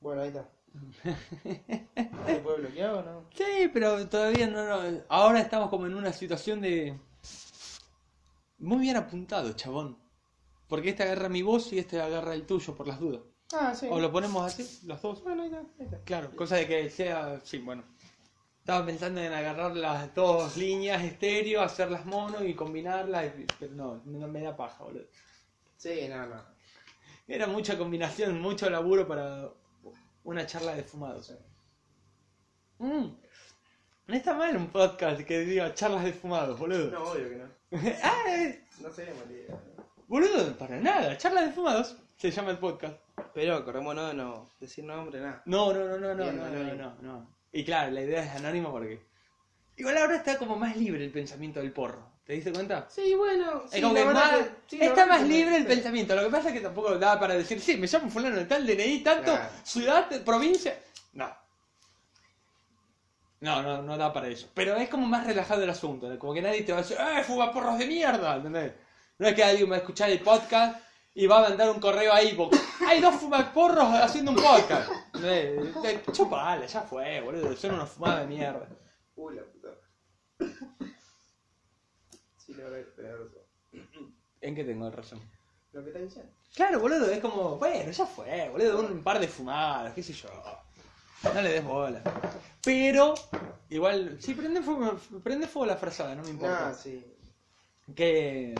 Bueno, ahí está. ¿Se puede bloquear o no? Sí, pero todavía no, no. Ahora estamos como en una situación de. Muy bien apuntado, chabón. Porque este agarra mi voz y este agarra el tuyo por las dudas. Ah, sí. O lo ponemos así, los dos. Bueno, ahí está, ahí está. Claro, cosa de que sea. Sí, bueno. Estaba pensando en agarrar las dos líneas estéreo, hacerlas mono y combinarlas, y- pero no, no me da paja, boludo. Sí, no, no. Era mucha combinación, mucho laburo para una charla de fumados. Mm. No está mal un podcast que diga charlas de fumados, boludo. No, obvio que no. ah, eh, No sería mala idea. boludo, para nada. Charlas de fumados se llama el podcast. Pero acordémonos de no decir nombre, nada. No, no, no, no, no, Bien, no, no, anónimo. no, no. Y claro, la idea es anónima porque. Igual ahora está como más libre el pensamiento del porro. ¿Te diste cuenta? Sí, bueno. Es como que más- está más libre el pensamiento. Lo que pasa es que tampoco da para decir, sí, me llamo fulano de tal, DNI tanto, Claro. ciudad, provincia. No. No, no, no da para eso. Pero es como más relajado el asunto. ¿no? Como que nadie te va a decir, ¡eh, fumaporros de mierda! ¿Entendés? No es que alguien va a escuchar el podcast y va a mandar un correo a Ivo. Hay dos fumaporros haciendo un podcast. ¿Entendés? Eh, Chupala, ya fue, boludo. Son unos fumados de mierda. Uy, la puta. sí, le voy a tener razón. ¿En qué tengo razón? Lo que está diciendo. Claro, boludo, es como, bueno, ya fue, boludo, un par de fumadas, qué sé yo. No le des bola. Pero, igual, sí, prende fuego, prende fuego la frazada, no me importa. No, sí. Que,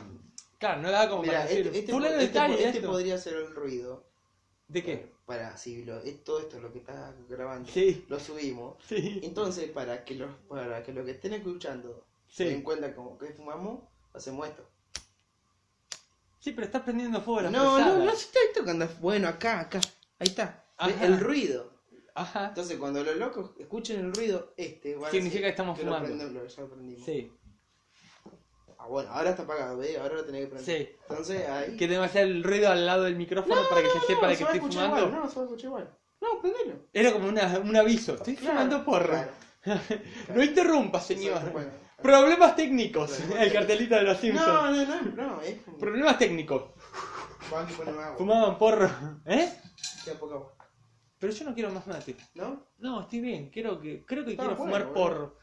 claro, no da como Mira, para decir, este, este, fulano po- de este tal po- y este esto. podría ser el ruido. ¿De qué? Para, si lo, eh, todo esto lo que estás grabando Sí. lo subimos. Sí, Entonces, para que los, para que los que estén escuchando se den sí. cuenta como que fumamos, hacemos esto. Sí, pero estás prendiendo fuego la No, no, frazada. no se estoy tocando. Bueno, acá, acá. Ahí está. Ajá. El ruido. Ajá. Entonces, cuando los locos escuchen el ruido, este. van a Significa decir que estamos lo fumando. prendemos, lo- ya lo prendimos. Sí. Ah, bueno, ahora está apagado, ¿ves? Ahora lo tenés que prender. Sí. Entonces, ahí. Que te va a hacer el ruido al lado del micrófono para que se sepa de que va a estoy escuchar fumando. Igual, no, se va a escuchar igual. No, prendelo. Era como una- un aviso. Estoy fumando porro. Claro. no interrumpa, Eso es señor. bueno. Problemas técnicos. Bueno. El cartelito de los Simpsons. No, no, no, no, es como- Problemas técnicos. Vamos a poner agua. Fumaban porro. ¿Eh? Queda poca agua. Pero yo no quiero más mate. ¿No? No, estoy bien. Quiero que, creo que Está quiero Ah, bueno, fumar boludo. porro.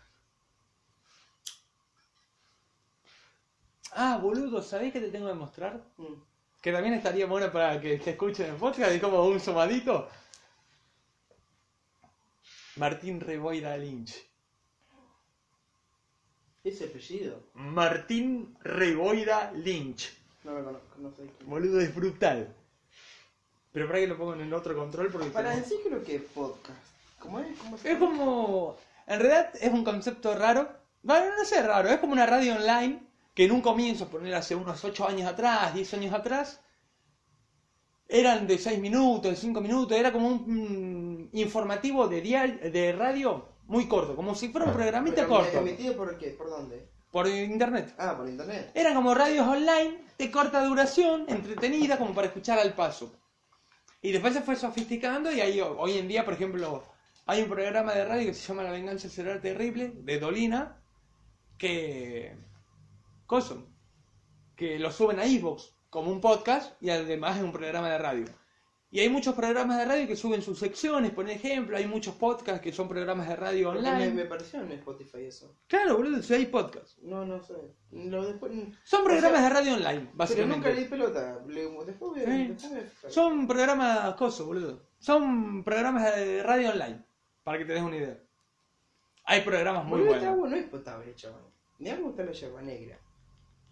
Ah, boludo, ¿sabés que te tengo que mostrar? Mm. Que también estaría bueno para que se escuchen en el podcast. Es como un somadito. Martín Reboira Lynch. Ese apellido. Martín Reboira Lynch. No lo conozco, no sé quién. Boludo, es brutal. Pero para que lo pongo en el otro control porque... Para tenemos- decir creo que es podcast. ¿Cómo es? ¿Cómo se Es como. En realidad es un concepto raro. Bueno, no sé raro, es como una radio online que en un comienzo, poner hace unos 8 años atrás, 10 años atrás, eran de 6 minutos, de 5 minutos, era como un mm, informativo de, dial- de radio muy corto, como si fuera un programita Pero, corto, ¿Emitido por qué? ¿Por dónde? por internet. Ah, por internet. Eran como radios online de corta duración, entretenida, como para escuchar al paso. Y después se fue sofisticando y ahí, hoy en día, por ejemplo, hay un programa de radio que se llama La Venganza Será Terrible, de Dolina, que... Coso. Que lo suben a Xbox como un podcast y además es un programa de radio. Y hay muchos programas de radio que suben sus secciones, por ejemplo, hay muchos podcasts que son programas de radio Porque online. Me, me pareció en Spotify eso. Claro, boludo, si hay podcasts. No, no sé. Lo después... Son O programas sea, de radio online, Pero básicamente. nunca le di pelota. Le- Después voy a... Eh. después voy a- Son programas coso, boludo. Son programas de radio online, para que te des una idea. Hay programas muy Boludo, esta buenos. agua no es potable, chaval. Me cómo está la yerba negra.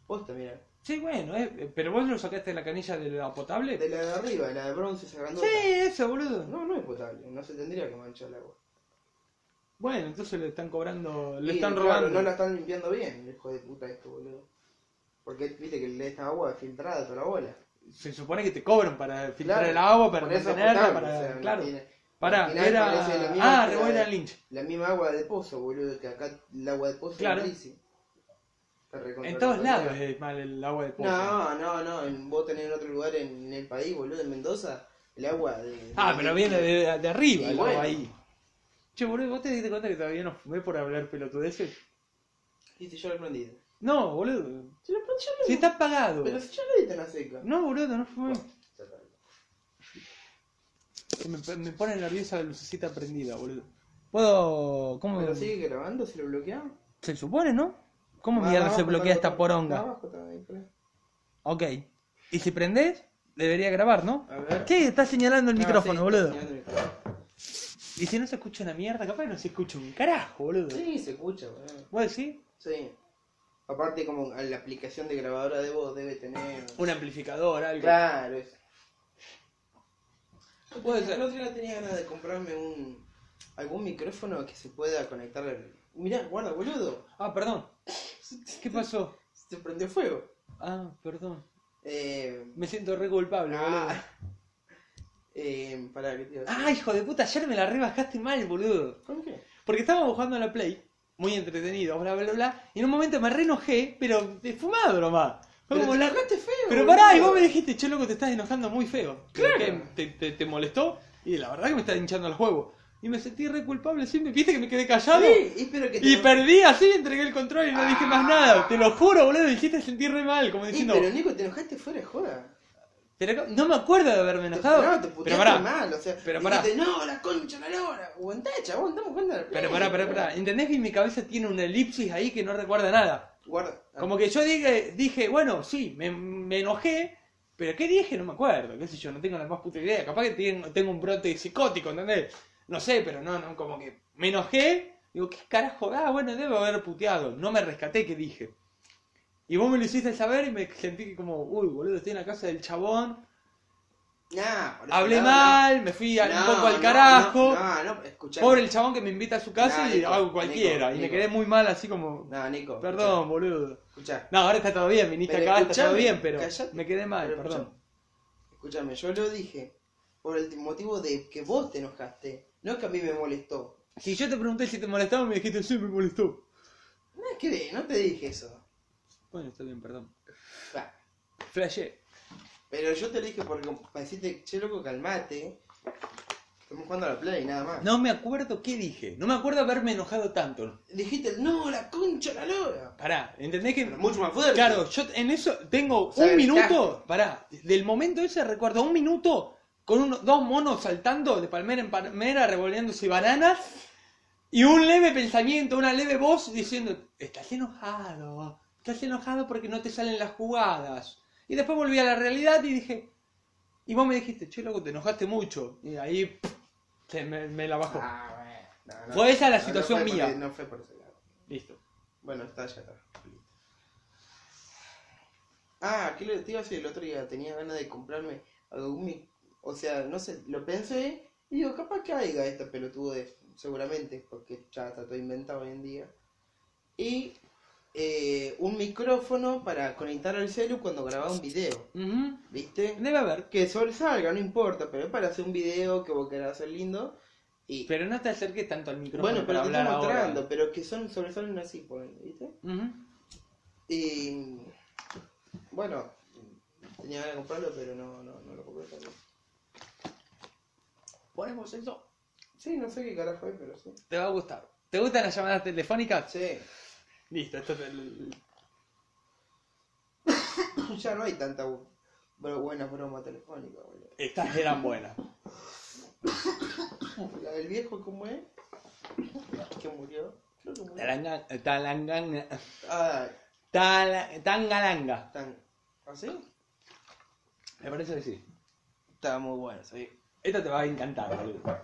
Posta, mira. Sí, bueno, eh, pero vos lo sacaste de la canilla de la potable. De la de arriba, la de bronce, esa grandota. Sí, eso, boludo. No, no es potable. No se tendría que manchar el agua. Bueno, entonces le están cobrando, le Y, están claro, robando. no la están limpiando bien, hijo de puta esto, boludo. Porque viste que le esta agua filtrada a toda la bola. Se supone que te cobran para filtrar Claro, el agua, para por eso es mantenerla, potable, para... o sea, no claro. tiene- al Pará, final era... parece la misma Ah, que la Reboira de- Lynch. La misma agua de pozo, boludo, que acá el agua de pozo Claro. es malísima. Está recontra- En todos lados recontra- es mal el agua de pozo. No, no, no. En, vos tenés en otro lugar en el país, boludo, en Mendoza, el agua de. Ah, de- pero viene de, de arriba, Y el agua bueno. ahí. Che, boludo, ¿vos te diste cuenta que todavía no fumé por hablar pelotudeces? Y si yo lo he prendido. No, boludo. Si lo prendí, yo lo Si está apagado. Pero si yo lo he visto en la seca. No, boludo, no fumé. Ya está. que me, me pone nerviosa la lucecita prendida, boludo. ¿Puedo...? ¿Cómo...? Pero sigue grabando si lo bloqueamos. Ah, Se supone, ¿no? ¿Cómo Más mierda se abajo bloquea está el esta botón. poronga? Más abajo está ahí, creo. Ok. Y si prendés, debería grabar, ¿no? A ver. ¿Qué? Estás señalando el Ah, micrófono, sí, boludo. señalando el micrófono. Y si no se escucha una mierda, capaz que no se escucha un carajo, boludo. Sí, se escucha, boludo. ¿Vos decís? Sí. Aparte, como a la aplicación de grabadora de voz debe tener. Un amplificador, algo. Claro, eso. Puede ser. El otro día tenía ganas de comprarme un. algún micrófono que se pueda conectar al. Mirá, guarda, boludo. Ah, perdón. ¿Qué pasó? Se prendió fuego. Ah, perdón. Eh. Me siento re culpable, boludo. Ah. Eh, pará, ¿qué te iba a decir? Ah, hijo de puta, ayer me la rebajaste mal, boludo. ¿Con qué? Porque estábamos jugando a la Play, muy entretenido, bla, bla, bla, bla. Y en un momento me re enojé, pero de fumado nomás. Fue Pero como te la- enojaste feo, Pero pará, y boludo. vos me dijiste, che loco, te estás enojando muy feo. Claro. Pero que Te, te- te molestó y la verdad que me está hinchando el juego. Y me sentí re culpable siempre, viste que me quedé callado. Sí, y pero que te Y enojaste. perdí así, entregué el control y no dije más nada. Te lo juro, boludo, me hiciste sentir re mal, como Sí, diciendo. pero Nico, te enojaste fuera de joda. Pero no me acuerdo de haberme enojado. No, te pero puteaste pará, mal, o sea, pero pará. dijiste, no, la concha, la lora, aguantá, chabón, estamos jugando a la pero Play, pará, pará, pará. ¿Entendés que mi cabeza tiene una elipsis ahí que no recuerda nada? Guarda, Como que yo dije, dije bueno, sí, me, me enojé, pero ¿qué dije? No me acuerdo, qué sé yo, no tengo la más puta idea. Capaz que tengo, tengo un brote psicótico, ¿entendés? No sé, pero no, no, como que me enojé. Digo, ¿qué carajo? Ah, bueno, debo haber puteado. No me rescaté, ¿qué dije? Y vos me lo hiciste saber y me sentí como, uy, boludo, estoy en la casa del chabón. nah, por ese Hablé lado, mal, me fui no. al- un No, poco al no, carajo. No, no, no, escuchá. Pobre el chabón que me invita a su casa Nah, y Nico, hago cualquiera. Nico, y me Nico. quedé muy mal, así como. No, Nico. Perdón, boludo. Escuchá. No, ahora está todo bien, viniste Pero acá, está todo escuchame, bien, pero callate. me quedé mal, Pero perdón. escuchá. Escúchame, yo lo dije por el motivo de que vos te enojaste, no que a mí me molestó. Si yo te pregunté si te molestaba, me dijiste, sí, me molestó. No, que no te dije eso. Bueno, está bien, perdón. Bah. Flashé. Pero yo te lo dije porque para decirte, che loco, calmate. Estamos jugando a la play, nada más. No me acuerdo qué dije. No me acuerdo haberme enojado tanto. Dijiste, no, la concha, la lora. Pará, ¿entendés que.? Pero mucho más fuerte. Claro, yo en eso tengo sea, un gritaste. minuto, pará, del momento ese recuerdo, un minuto con uno- dos monos saltando de palmera en palmera, revoleándose bananas, y un leve pensamiento, una leve voz diciendo, estás enojado, estás enojado porque no te salen las jugadas. Y después volví a la realidad y dije, y vos me dijiste, che loco, te enojaste mucho. Y ahí pff, se me, me la bajó. Ah, bueno. No, no. Fue esa la No, no situación fue mía. por- no fue por ese lado. Listo. Bueno, está, ya está. Ah, ¿qué le- te iba a decir el otro día? Tenía ganas de comprarme algún... mi- O sea, no sé, lo pensé y digo, capaz que haya esta pelotudez, seguramente, porque ya está todo inventado hoy en día. Y eh, un micrófono para conectar al celu cuando grababa un video, Ujú. ¿viste? Debe haber. Que solo salga, no importa, pero es para hacer un video que vos querás hacer lindo. Y... Pero no te acerques tanto al micrófono bueno, pero para te hablar estoy ahora. mostrando, pero que son sobresalen así, ponen, ¿viste? Ujú. Y bueno, tenía ganas de comprarlo, pero no, no, no lo compré también. Ponemos eso. Sí, no sé qué carajo es, pero sí. Ah, Te va a gustar. ¿Te gustan las llamadas telefónicas? Sí, Listo, esto es ya no hay tanta bu- bro- buena broma telefónica, boludo. Estas eran buenas. La del viejo, ¿cómo es? Que murió. Creo que murió. Talanga- talanganga- Ah, tala- Tangalanga. tan. ¿Así? Me parece que sí. Está muy bueno, sí. Esta te va a encantar, boludo. Bueno,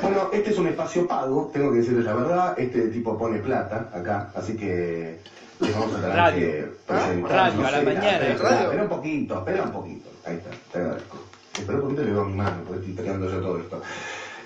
Bueno, este es un espacio pago, tengo que decirles la verdad, este tipo pone plata acá, así que les vamos a tener Radio. ¿Ah? que presentar, Radio, no a la sé, mañana, espera, ¿eh? Radio. Espera un poquito, espera un poquito. Ahí está, te agradezco. Espera un poquito y le doy mi mano, porque estoy peleando yo todo esto.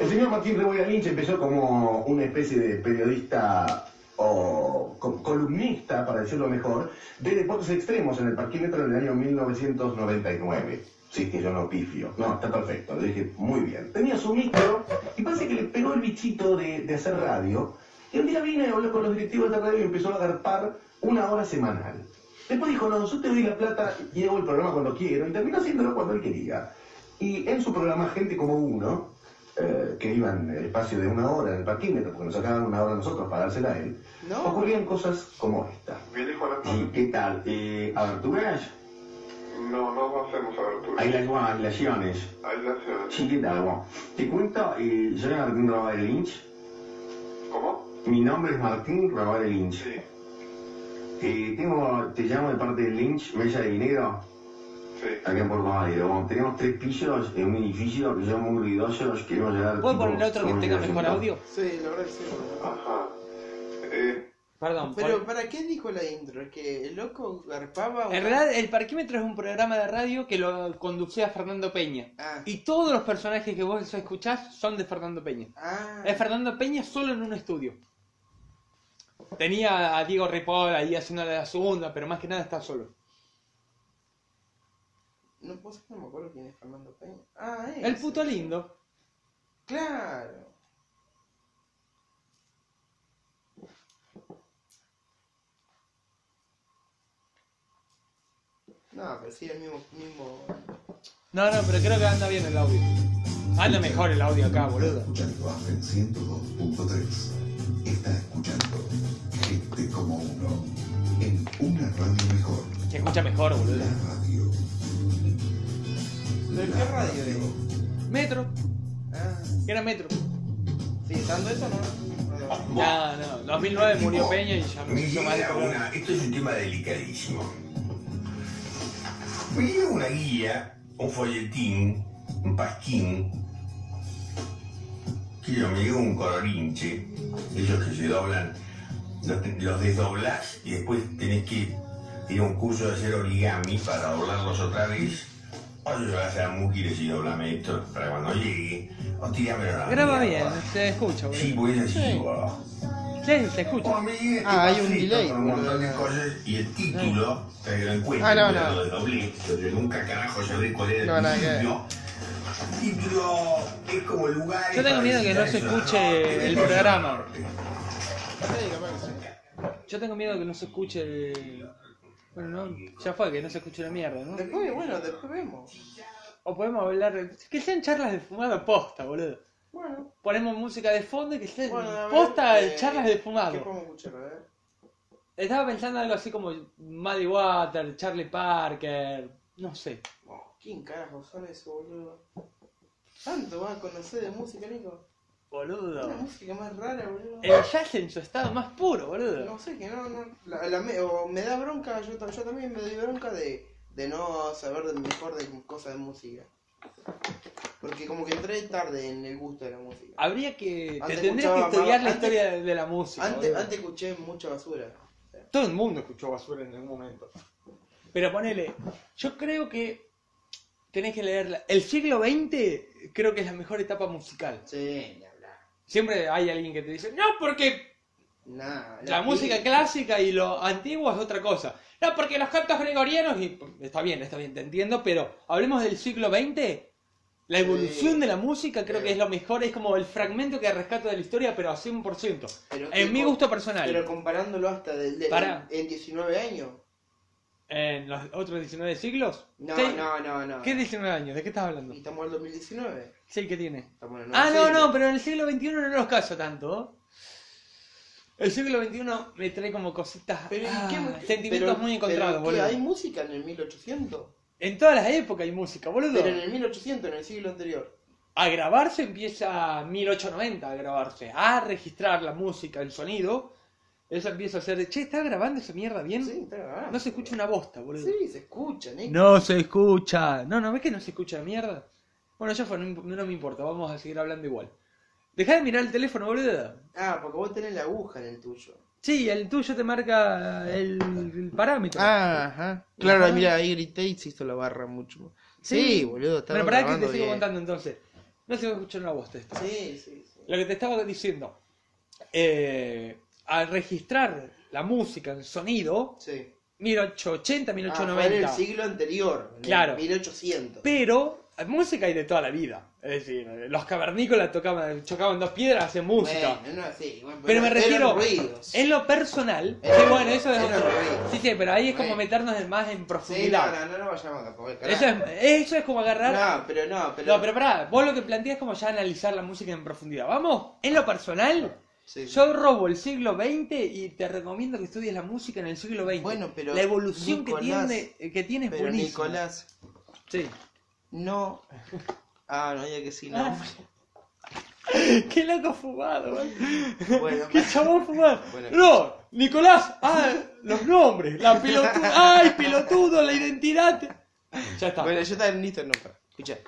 El señor Martín Reboya Lynch empezó como una especie de periodista o co- columnista, para decirlo mejor, de deportes extremos en el parquímetro en el año 1999. Sí, que yo no pifio. No, está perfecto, lo dije muy bien. Tenía su micro y parece que le pegó el bichito de, de hacer radio. Y un día vino y habló con los directivos de radio y empezó a garpar una hora semanal. Después dijo, no, yo te doy la plata y hago el programa cuando quiero. Y terminó haciéndolo cuando él quería. Y en su programa Gente como Uno, eh, que iban el espacio de una hora en el parquímetro, porque nos sacaban una hora nosotros para dársela a él, No. ocurrían cosas como esta. Me dijo la Sí, ¿Qué tal? Eh, a ver, ¿tú crees? No, no hacemos abertura. Ahí la llamaban aislaciones. Aislaciones. Sí, ¿qué tal? Bueno, te cuento, eh, soy Martín Raval Lynch. ¿Cómo? Mi nombre es Martín Raval Lynch. Sí, Eh, tengo, te llamo de parte del Lynch, Mesa de Dinero, sí. acá en Puerto Madero. Bueno, tenemos tres pisos en un edificio que son muy ruidosos, queremos llegar... ¿Puedo tipo, poner otro que ¿cómo tenga se mejor llama? audio? Sí, la verdad que sí. bueno. Ajá. Eh, Perdón. Pero pon- ¿para qué dijo la intro? ¿Que el loco garpaba o En realidad, El Parquímetro es un programa de radio que lo conducía Fernando Peña. Ah. Y todos los personajes que vos escuchás son de Fernando Peña. Ah, Es Eh, Fernando Peña solo en un estudio. Tenía a Diego Ripoll ahí haciendo la segunda, pero más que nada está solo. no, vos sabés que no me acuerdo quién es Fernando Peña. Ah, es. El puto lindo. Claro. No, pero sí, el mismo, mismo... No, no, pero creo que anda bien el audio. Anda mejor el audio acá, boludo. Escuchando AFE 102.3. Está escuchando gente como uno en una radio mejor. Se escucha mejor, boludo. La radio. ¿De La qué radio es? Metro, Ah, era Metro. sí, estando eso no. no, no. No, no, 2009 murió Peña y ya no Me hizo mal. llega una, esto es un tema delicadísimo. Me llega una guía, un folletín, un pasquín, que yo me llega un colorinche, ellos que se doblan, los, te- los desdoblás y después tenés que ir a un curso de hacer origami para doblarlos otra vez. O yo voy a hacer mútiles y doblame esto para cuando llegue. O tirámelo a la Graba bien, mierda. se escucha, Sí, boludo. pues es así, Sí. boludo. Sí, se escucha. Cuando me llegue este Ah, hay un papelito delay, con Un montón de boludo. cosas y el título, para que lo encuentre, Ah, no, yo no. lo desdoblé, yo- yo nunca carajo sabía cuál era No, el nada que principio. Título es como lugar. Yo tengo miedo que no se Ah, escuche el programa. Sí, capaz que sí. Yo tengo miedo que no se escuche el... Bueno, no, ya fue, que no se escuche la mierda, ¿no? Después, bueno, después vemos. O podemos hablar... de- Que sean charlas de fumado posta, boludo. Bueno, Ponemos música de fondo y que sean bueno a ver, posta eh, de charlas de fumado. ¿Qué podemos escuchar? A ver. Estaba pensando algo así como Muddy Water, Charlie Parker, no sé. Oh, ¿Quién carajo son esos, boludo? ¿Tanto vas a conocer de música, Nico? Boludo. Una música más rara, boludo. El jazz en su estado más puro, boludo. No sé, que no, no. La, la me, o me da bronca, yo, ta- yo también me doy bronca de, de no saber de- mejor de cosas de música. Porque como que entré tarde en el gusto de la música. Habría que... Te Antes tendrías que escuchaba estudiar la más- antes- historia de la música. Antes, boludo. antes escuché mucha basura. Todo el mundo escuchó basura en algún momento. Pero ponele, yo creo que tenés que leerla. El siglo XX creo que es la mejor etapa musical. Sí, ni hablar. Siempre hay alguien que te dice, no, porque Nah, la música clásica y lo antiguo es otra cosa. No, porque los cantos gregorianos, y está bien, está bien, te entiendo, pero hablemos del siglo XX. La Sí. evolución de la música creo Sí. que es lo mejor, es como el fragmento que rescato de la historia, pero a 100%. Pero en tipo- mi gusto personal. Pero comparándolo hasta de, de- Pará. en 19 años. En los otros 19 siglos. No, sí. no, no, no. ¿Qué 19 años? ¿De qué estás hablando? Y estamos en 2019. Sí, ¿qué tiene? Estamos en el ah, nuevo no, no, siglo. pero en el siglo XXI no los caso tanto. El siglo XXI me trae como cositas. Pero, ¿y ah, qué- sentimientos pero- muy encontrados, pero, ¿qué? boludo. ¿Hay música en el 1800? En todas las épocas hay música, boludo. Pero en el 1800, en el siglo anterior. A grabarse empieza 1890 a grabarse. A registrar la música, el sonido. Eso empieza a ser. Che, ¿está grabando esa mierda bien? Sí, está grabando. no se escucha una bosta, boludo. Sí, se escucha, Nico. No se escucha. No, no, ¿ves que no se escucha la mierda? Bueno, ya fue, no, imp- no me importa, vamos a seguir hablando igual. Deja de mirar el teléfono, boludo. Ah, porque vos tenés la aguja en el tuyo. Sí, el tuyo te marca el, el parámetro. Ah, ajá. Claro, mira ahí mirá, ahí grité y se hizo la barra mucho. Bueno, pará que te sigo contando entonces. No se va a escuchar una voz de esto. Sí, sí, sí. Lo que te estaba diciendo. eh, al registrar la música en sonido, Sí. 1880, Ah, fue en 1890. el siglo anterior. en el Claro. 1800. Pero eh, música hay de toda la vida. Es decir, eh, los cavernícolas tocaban, chocaban dos piedras, hacían música. Bueno, no, sí, bueno, pero me eran refiero, ruidos. en lo personal, Eran- sí, bueno, eso es eran otro- ruidos. Sí, sí, pero ahí es como Bueno. meternos en- más en Sí, profundidad. no, no, no, no vayamos tampoco. Eso es, eso es como agarrar. No, pero no, pero. No, pero pará, vos lo que planteas es como ya analizar la música en profundidad. Vamos, en lo personal, Sí. yo robo el siglo XX y te recomiendo que estudies la música en el siglo XX. Bueno, pero, La evolución que Nicolás, tiene, que tiene es Pero buenísima. Nicolás, Sí. No. Ah, no, ya que sí, no. Qué loco fumado, man. Bueno, Qué chabón fumado. Bueno. No, Nicolás, ah, los nombres, la pelotuda, ay, pelotudo, la identidad. Ya está. Bueno, yo también listo, no, para. Escuchá.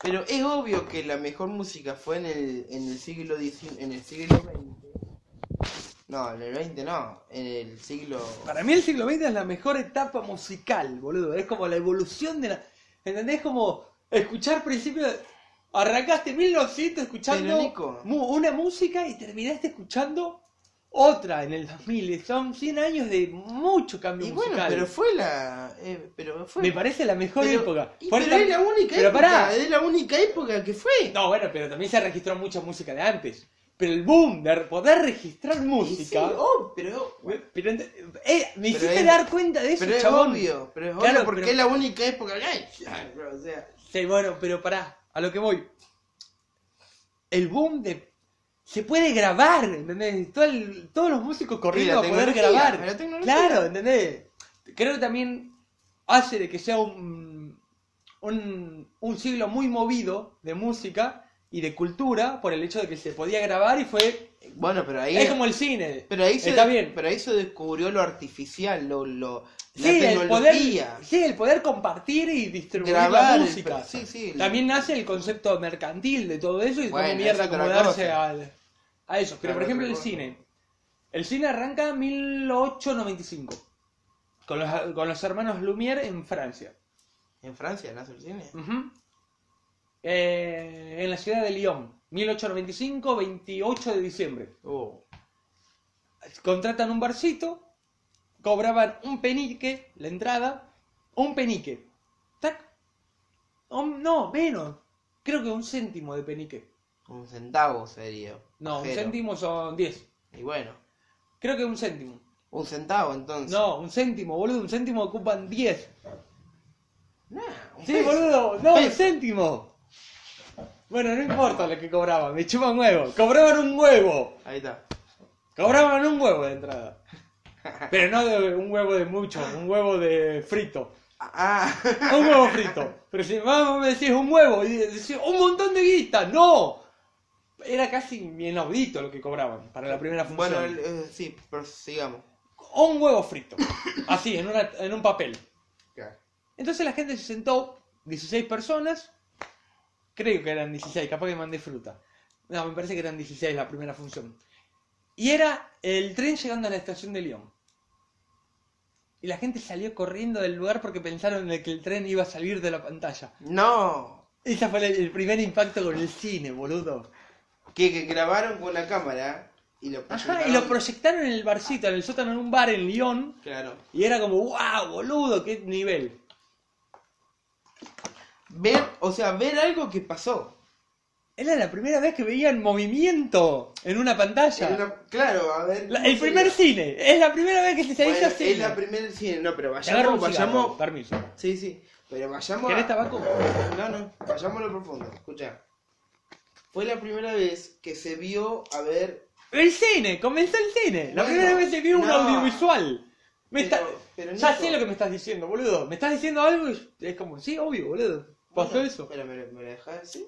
Pero es obvio que la mejor música fue en el, en el siglo XIX, en el siglo XX. No, en el XX no, en el siglo... Para mí el siglo XX es la mejor etapa musical, boludo. Es como la evolución de la... ¿Entendés? Como escuchar principio... Arrancaste 1900 escuchando Pero, Nico. mu- una música y terminaste escuchando otra en el 2000. Son 100 años de mucho cambio Y bueno, musical. pero fue la... eh, pero fue... Me parece la mejor pero- época. y- Por pero esta- es la única pero época, pará. es la única época que fue. No, bueno, pero también se registró mucha música de antes. Pero el boom de poder registrar Y sí, música... oh, pero... Pero ent- eh, me Pero hiciste es- dar cuenta de eso, Pero es chabón. obvio, pero es obvio Claro, porque pero- es la única época que hay. O sea, Sí, bueno, pero pará, a lo que voy. El boom de. Se puede grabar, ¿entendés? Todo el- todos los músicos Y corriendo la a poder tecnología, grabar. la tecnología. Claro, ¿entendés? Creo que también hace de que sea un, un, un siglo muy movido de música y de cultura por el hecho de que se podía grabar y fue. bueno, pero ahí... Es como el cine. Pero ahí, se, Está bien. pero ahí se descubrió lo artificial, lo, lo, la Sí, el poder, tecnología. sí, el poder compartir y distribuir Grabar, la música. el- sí, sí, el- También nace el concepto mercantil de todo eso y Bueno, cómo es mierda otra acomodarse cosa. al, a eso. Pero Claro, por ejemplo otra el cosa. cine. El cine arranca en 1895 con los, con los hermanos Lumière en Francia. En Francia nace el cine. Ujú. Eh, en la ciudad de Lyon, 1895, 28 de diciembre Oh. contratan un barcito, cobraban un penique, la entrada, un penique. Tac. Un- no, menos. Creo que un céntimo de penique. Un centavo sería. No, un Cero. céntimo son 10. Y bueno, Creo que un céntimo. un centavo entonces. No, un céntimo, boludo, un céntimo ocupan 10. Nah, un Sí, peso. boludo, no, un Peso. céntimo. Bueno, no importa lo que cobraban, me chupan huevo. Cobraban un huevo. Ahí está. Cobraban un huevo de entrada. Pero no de un huevo de mucho, un huevo de frito. Ah, un huevo frito. Pero si vamos me decís un huevo y decís un montón de guita, ¡no! Era casi inaudito lo que cobraban para la primera función. bueno, el- eh, sí, prosigamos. Un huevo frito. Así, en, una- en un papel. Entonces la gente se sentó, 16 personas. Creo que eran 16, capaz que mandé fruta. No, me parece que eran 16 la primera función. Y era el tren llegando a la estación de Lyon. Y la gente salió corriendo del lugar porque pensaron de que el tren iba a salir de la pantalla. No, Ese fue el, el primer impacto con el cine, boludo. que, que grabaron con la cámara y lo Ajá, proyectaron. y lo proyectaron en el barcito, en el sótano, en un bar en Lyon. Claro. Y era como, wow, boludo, qué nivel. Ver, o sea, ver algo que pasó. Era la primera vez que veía en movimiento en una pantalla. En una- claro, a ver. La- el primer cine. Es la primera vez que se Bueno, hizo así. Es la primera cine, no, pero Te agarro vayamos, un cigarro, vayamos, Permiso. Sí, sí, pero vayamos. ¿Querés a- tabaco? No, no, vayamos a lo profundo. Escucha. Fue la primera vez que se vio a ver. El cine, comenzó el cine. La Bueno, primera vez que vi un no. audiovisual. Me Pero- está- pero, ya Nico- sé lo que me estás diciendo, boludo. Me estás diciendo algo y es como, sí, obvio, boludo. Pasó Bueno, eso. Pero me, lo- me lo dejás decir.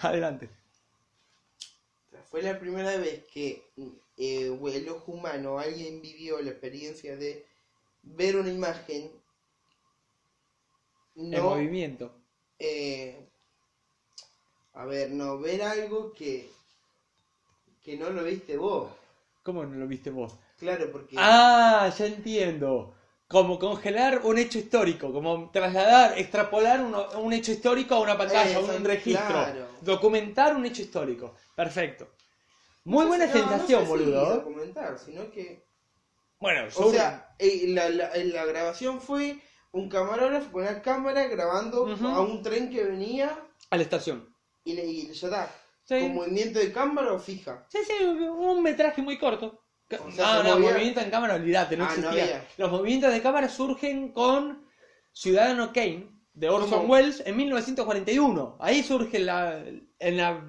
Adelante. Fue la primera vez que eh, el ojo humano, alguien vivió la experiencia de ver una imagen. El No, movimiento. eh, a ver, no, ver algo que, que no lo viste vos. ¿Cómo no lo viste vos? Claro, porque. Ah, ya entiendo. Como congelar un hecho histórico, como trasladar, extrapolar uno- un hecho histórico a una pantalla, a Eso, un registro. claro. Documentar un hecho histórico. Perfecto. No Muy sé buena si- no, no sensación, sé si boludo. documentar, sino que. Bueno, O sobre- sea, eh, la, la- eh, la grabación fue un camarógrafo con una cámara grabando Ujú. a un tren que venía a la estación. y, le- y ya está. Sí. Con movimiento de cámara o fija. Sí, sí, un metraje muy corto. Ca- O sea, Ah, se no, movía. movimiento en cámara, olvídate, no Ah, no existía. había. Los movimientos de cámara surgen con Ciudadano Kane de Orson ¿Cómo? Welles en 1941. Ahí surge la, en la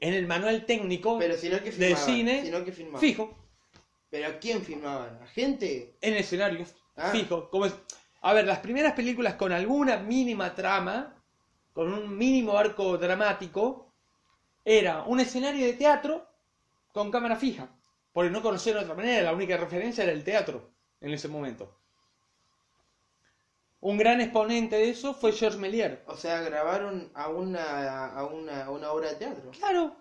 en el manual técnico Pero si no que del filmaban. cine si no que filmaban. fijo Pero ¿a quién filmaban? ¿A gente? en escenarios Ah. fijo, como es- A ver, las primeras películas con alguna mínima trama, con un mínimo arco dramático, era un escenario de teatro con cámara fija. Porque no conocían otra manera, la única referencia era el teatro en ese momento. Un gran exponente de eso fue Georges Méliès. O sea, grabaron a una, a una, a una obra de teatro. Claro.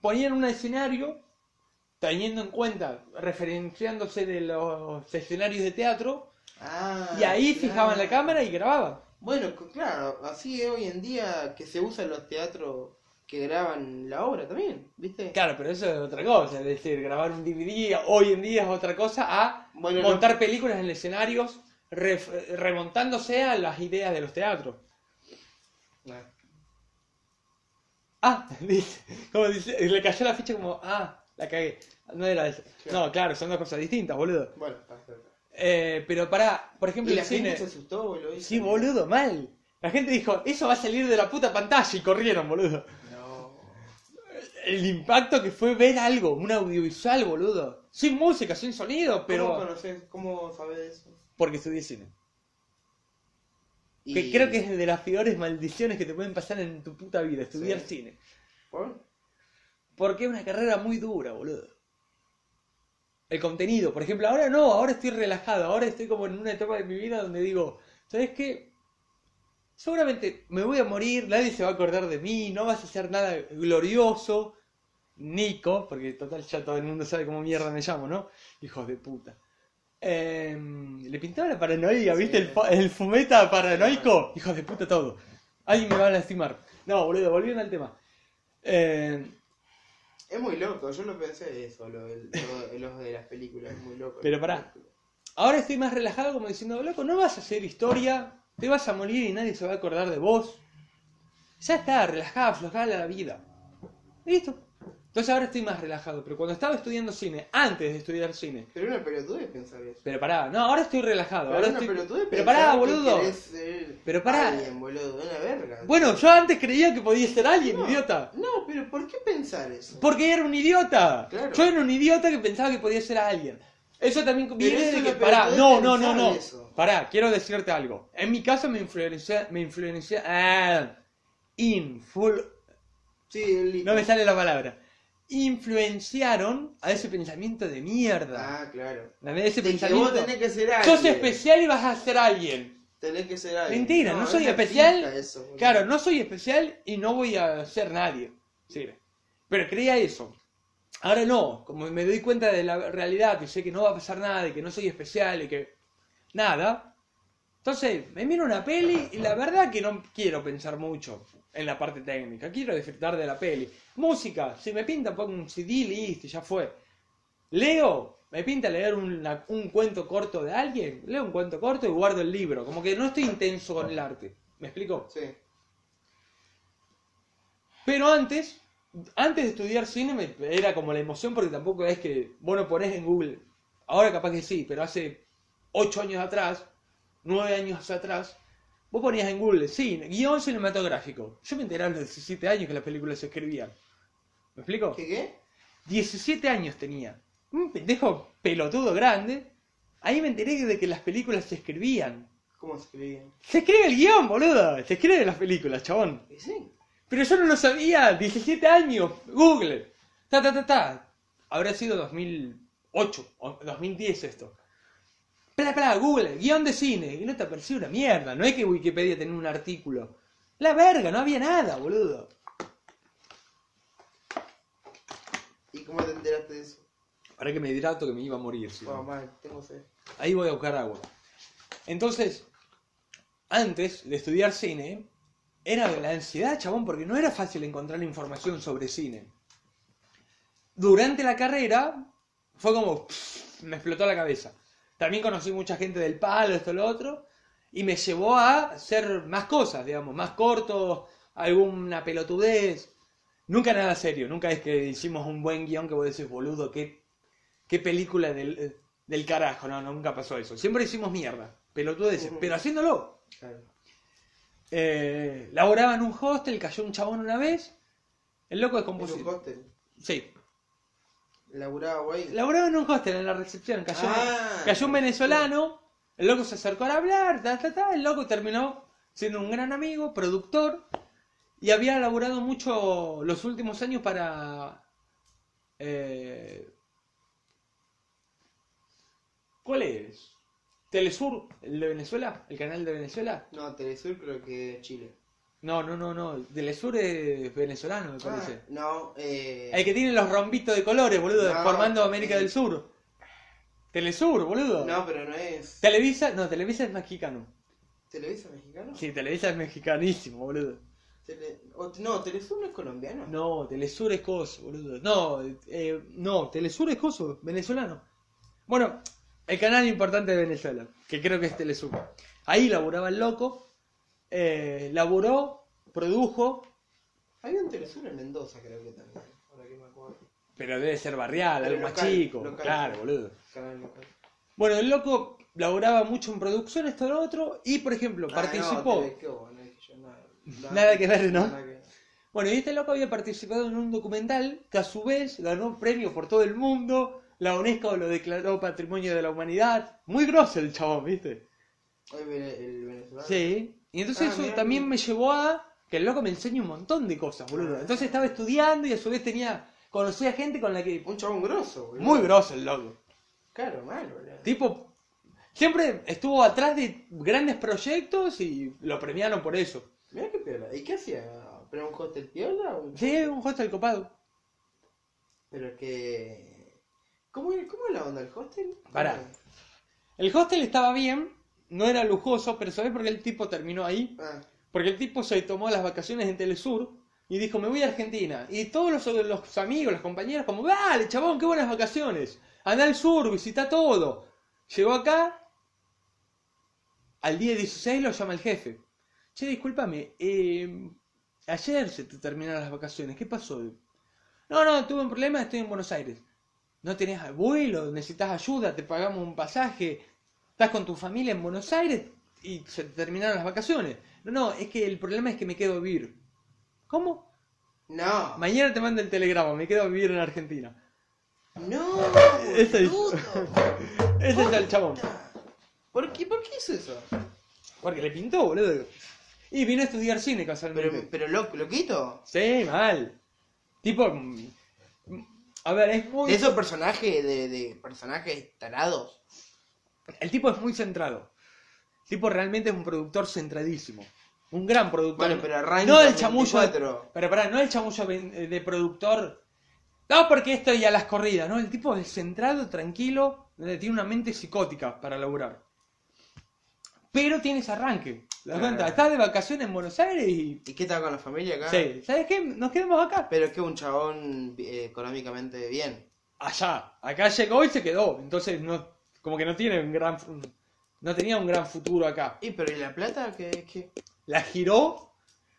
Ponían un escenario, teniendo en cuenta, referenciándose de los escenarios de teatro, Ah, y ahí claro. fijaban la cámara y grababan. Bueno, c- claro, así es hoy en día que se usan los teatros que graban la obra también, ¿viste? Claro, pero eso es otra cosa, es decir, grabar un DVD hoy en día es otra cosa a Bueno, no- montar películas en escenarios ref- remontándose a las ideas de los teatros. Ah. Ah, dice, como dice, le cayó la ficha como, ah, la cagué. No era eso. Claro. No, claro, son dos cosas distintas, boludo. Bueno, pasa, pasa. Eh, pero para, por ejemplo, Y la el gente cine. se asustó, boludo. Sí, boludo, mal. La gente dijo, eso va a salir de la puta pantalla y corrieron, boludo. No. El impacto que fue ver algo, un audiovisual, boludo. Sin música, sin sonido, Pero... ¿Cómo pero conoces? ¿Cómo sabes de eso? porque estudié cine. Y- Que creo que es de las peores maldiciones que te pueden pasar en tu puta vida, estudiar Sí. cine. ¿Por? Porque es una carrera muy dura, boludo. El contenido, por ejemplo, ahora no, ahora estoy relajado, ahora estoy como en una etapa de mi vida donde digo, ¿sabes qué? Seguramente me voy a morir, nadie se va a acordar de mí, no vas a hacer nada glorioso. Nico, porque total ya todo el mundo sabe cómo mierda me llamo, ¿no? Hijos de puta. Em, le pintaba la paranoia, Sí. ¿viste? El, fa- el fumeta paranoico. Hijos de puta todo. Alguien me va a lastimar. No, boludo, volviendo al tema. Em, Es muy loco, yo lo pensé eso, lo, del- lo- los de las películas, es muy loco. Pero pará. Ahora estoy más relajado como diciendo, loco, no vas a hacer historia, te vas a morir y nadie se va a acordar de vos. Ya está, relajada, aflojada la vida. Listo. Entonces ahora estoy más relajado, pero cuando estaba estudiando cine, antes de estudiar cine, Pero es una pelotudez pensar eso. pero pará, no, ahora estoy relajado, Pero ahora es una estoy... pelotudez Pero pensar pará, que boludo. querés ser Pero pará. Alguien, boludo, una verga. Bueno, yo antes creía que podía ser alguien, No, idiota. No, pero ¿por qué pensar eso? Porque era un idiota. Claro. Yo era un idiota que pensaba que podía ser alguien. Eso también viene eso de es que. lo Pará, peor, no, tenés no, que no, pensar no. eso. Pará, quiero decirte algo. En mi caso me influenció. Me influenció. Ah, influ- Sí, el no me sale la palabra. Influenciaron a ese pensamiento de mierda. Ah, claro. A ese De que pensamiento. vos tenés que ser alguien. Sos especial y vas a ser alguien. Tenés que ser alguien. Mentira, no, es soy una especial. pinta eso, boludo. claro, no soy especial y no voy a ser nadie. Sí. Pero creía eso. Ahora no, como me doy cuenta de la realidad, que sé que no va a pasar nada, y que no soy especial y que nada. Entonces, me miro una peli y la verdad que no quiero pensar mucho en la parte técnica, quiero disfrutar de la peli. Música, si me pinta pongo un CD, listo, ya fue. Leo, me pinta leer una- un cuento corto de alguien, leo un cuento corto y guardo el libro. Como que no estoy intenso con el arte. ¿Me explico? Sí. Pero antes, antes de estudiar cine me- era como la emoción porque tampoco es que vos no ponés en Google. Ahora capaz que sí, pero hace 8 años atrás, 9 años atrás, vos ponías en Google cine, guión cinematográfico. Yo me enteré a los 17 años que las películas se escribían. ¿Me explico? ¿Qué qué? 17 años tenía. Un pendejo pelotudo grande. Ahí me enteré de que las películas se escribían. ¿Cómo se escribía? Se escribe el guión, boludo. Se escribe las películas, chabón. Y sí. Pero yo no lo sabía. 17 años. Google. Ta, ta, ta, ta. Habrá sido 2008 o 2010 esto. Pla, pla, Google. Guión de cine. Y no te apareció una mierda. No es que Wikipedia tenía un artículo. La verga, no había nada, boludo. ¿Y cómo te enteraste de eso? Para que me hidrato que me iba a morir. si no. Oh, mal, tengo sed. Ahí voy a buscar agua. Entonces, antes de estudiar cine, era de la ansiedad, chabón, porque no era fácil encontrar información sobre cine. Durante la carrera, fue como, pff, me explotó la cabeza. También conocí mucha gente del palo, esto, lo otro, y me llevó a hacer más cosas, digamos, más cortos, alguna pelotudez. Nunca nada serio, nunca es que hicimos un buen guión que vos decís, boludo, qué ¿Qué película del, del carajo? No, nunca pasó eso. Siempre hicimos mierda. Pelotudeces. Ujú. Pero haciéndolo. Claro. Eh, laboraba en un hostel, cayó un chabón una vez. El loco En un descompuso. hostel. Sí. Laburaba, güey. Laboraba en un hostel, en la recepción. Cayó, Ah. cayó un venezolano. El loco se acercó a hablar, ta, ta, ta. El loco terminó siendo un gran amigo, productor, y había laburado mucho los últimos años para. eh, ¿Cuál es? Telesur, el de Venezuela, el canal de Venezuela. No, Telesur creo que Chile. No, no, no, no. Telesur es venezolano, me parece. Ah, no, eh... El que tiene los rombitos de colores, boludo, No. eh. formando América del Sur. Telesur, boludo. No, pero no es. Televisa, no, Televisa es mexicano. ¿Televisa mexicano? Sí, Televisa es mexicanísimo, boludo. Tele- o- no, Telesur no es colombiano. No, Telesur es coso, boludo. No, eh, no, Telesur es coso, venezolano. Bueno, el canal importante de Venezuela, que creo que es Telesur. Ahí laburaba el loco, eh, laburó, produjo, Había un Telesur en Mendoza, creo que también. Ahora que me acuerdo. pero debe ser barrial, Pero algo más local, chico. local. Claro, boludo. Canal local. Bueno, el loco laburaba mucho en producción, esto y lo otro, y por ejemplo, Ah, no, participó. TV Cobo, no dije yo nada. Nada que ver, ¿no? Nada que- Bueno, y este loco había participado en un documental que a su vez ganó un premio por todo el mundo. La UNESCO lo declaró Patrimonio de la Humanidad. Muy grosso el chabón, ¿viste? Hoy ve- el venezolano. Sí. Y entonces Ah, eso mirá. también me llevó a que el loco me enseñe un montón de cosas, Ah. boludo. Entonces estaba estudiando y a su vez tenía conocía gente con la que Un chabón grosso, boludo. muy grosso el loco. Claro, malo, boludo. Tipo siempre estuvo atrás de grandes proyectos y lo premiaron por eso. Mirá qué piola. ¿Y qué hacía? ¿Pero un hostel piola? o un- Sí, un hostel copado. Pero que. ¿Cómo, era- ¿Cómo era la onda el hostel? Pará. El hostel estaba bien, no era lujoso, pero ¿sabés por qué el tipo terminó ahí? Ah, Porque el tipo se tomó las vacaciones en Telesur y dijo, me voy a Argentina. Y todos los, los amigos, los compañeros, como, vale, chabón, qué buenas vacaciones. Anda al sur, visita todo. Llegó acá, al día 16 lo llama el jefe. Che, discúlpame, eh, ayer se te terminaron las vacaciones, ¿qué pasó? No, no, tuve un problema, estoy en Buenos Aires. No tenés abuelo, necesitas ayuda, te pagamos un pasaje, estás con tu familia en Buenos Aires y se te terminaron las vacaciones. No, no, es que el problema es que me quedo a vivir. ¿Cómo? No. Mañana te mando el telegrama, me quedo a vivir en Argentina. No. Ese es- boludo. Ese es el chabón. ¿Por qué, ¿Por qué hizo eso? Porque le pintó, boludo. Y vino a estudiar cine Pero, casualmente. pero lo, loquito. Sí, mal. Tipo. mm, mm, A ver, es muy. De esos personajes, de, de personajes tarados. El tipo es muy centrado. El tipo realmente es un productor centradísimo. Un gran productor. Bueno, pero arranca No el con chamullo. 24. Pero pará, no el chamullo ven- eh, de productor. No, porque esto y a las corridas, ¿no? El tipo es centrado, tranquilo, donde tiene una mente psicótica para laburar. Pero tiene ese arranque. ¿Te das Claro. cuenta? Estás de vacaciones en Buenos Aires y. ¿Y qué tal con la familia acá? Sí, ¿sabes qué? Nos quedamos acá. Pero es que un chabón eh, económicamente bien. allá. Acá llegó y se quedó. Entonces no, como que no tiene un gran fu- no tenía un gran futuro acá. ¿Y pero y la plata? ¿Qué, qué? La giró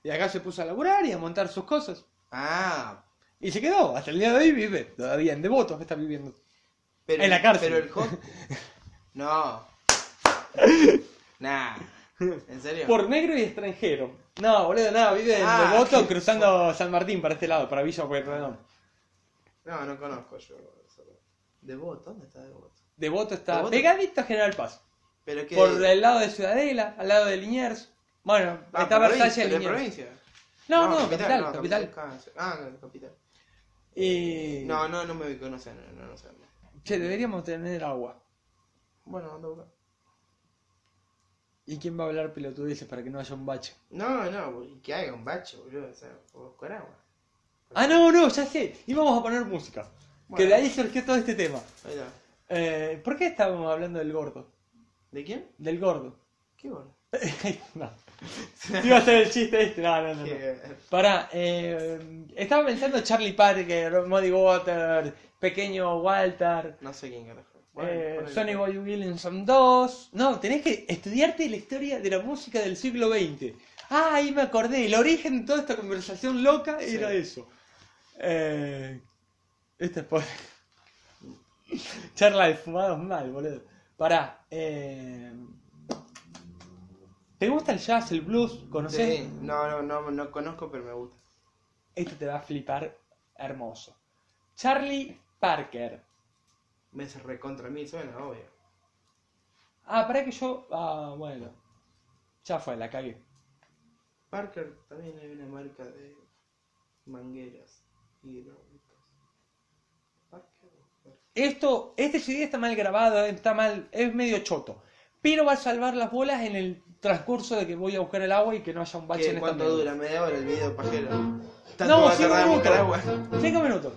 y acá se puso a laburar y a montar sus cosas. Ah, Y se quedó. Hasta el día de hoy vive. Todavía en Devotos está viviendo. pero. En la cárcel. Pero el hot. No. Nah. ¿En serio? Por negro y extranjero. No, boludo, nada. Vive en Ah, Devotos qué cruzando San Martín para este lado, para Villa Pueyrredón. No, no conozco yo. ¿Devoto? ¿Dónde está Devoto? Devoto está Devoto. pegadito a General Paz. Pero que. Por el lado de Ciudadela, al lado de Liniers. Bueno, Ah, está provincia, Versalles pero y Liniers. provincia. No, no, capital, no, capital. capital. Ah, capital. Eh, No, no, no me ubico, no sé, no, no, no sé. Che, deberíamos tener agua. Bueno, anda a buscar. ¿Y quién va a hablar pelotudeces para que no haya un bache? No, no, y que haga un bache, boludo, o sea, o buscar agua. Ah, no, no, ya sé. Íbamos a poner música. Que Bueno. de ahí surgió todo este tema. Ahí está. Eh, ¿Por qué estábamos hablando del gordo? ¿De quién? Del gordo. ¿Qué gordo? no. Iba a ser el chiste este. No, no, no. no. ¿Qué? Pará, eh, estaba pensando Charlie Parker, Muddy Water, Pequeño Walter, No sé quién carajo. eh, ponele. Sonny Boy Williamson 2. No, tenés que estudiarte la historia de la música del siglo XX. Ah, ahí me acordé. El origen de toda esta conversación loca era eso. Eh, este es por... Charla de fumados mal, boludo. Pará. eh, ¿Te gusta el jazz, el blues? ¿Conoces? Sí, no, no, no, no conozco, pero me gusta. Este te va a flipar hermoso. Charlie Parker. Me se recontra mí, suena, obvio. Ah, para que yo. Ah, bueno. Ya fue, la cagué. Parker también hay una marca de mangueras hidráulicas. Parker. Esto, este CD está mal grabado, está mal, es medio choto. Pero va a salvar las bolas en el transcurso de que voy a buscar el agua y que no haya un bache en ¿Qué, esta ¿Cuánto mierda. dura? Media hora el video pajero. Tanto No, va a cinco tardar en buscar minutos. agua. Cinco minutos.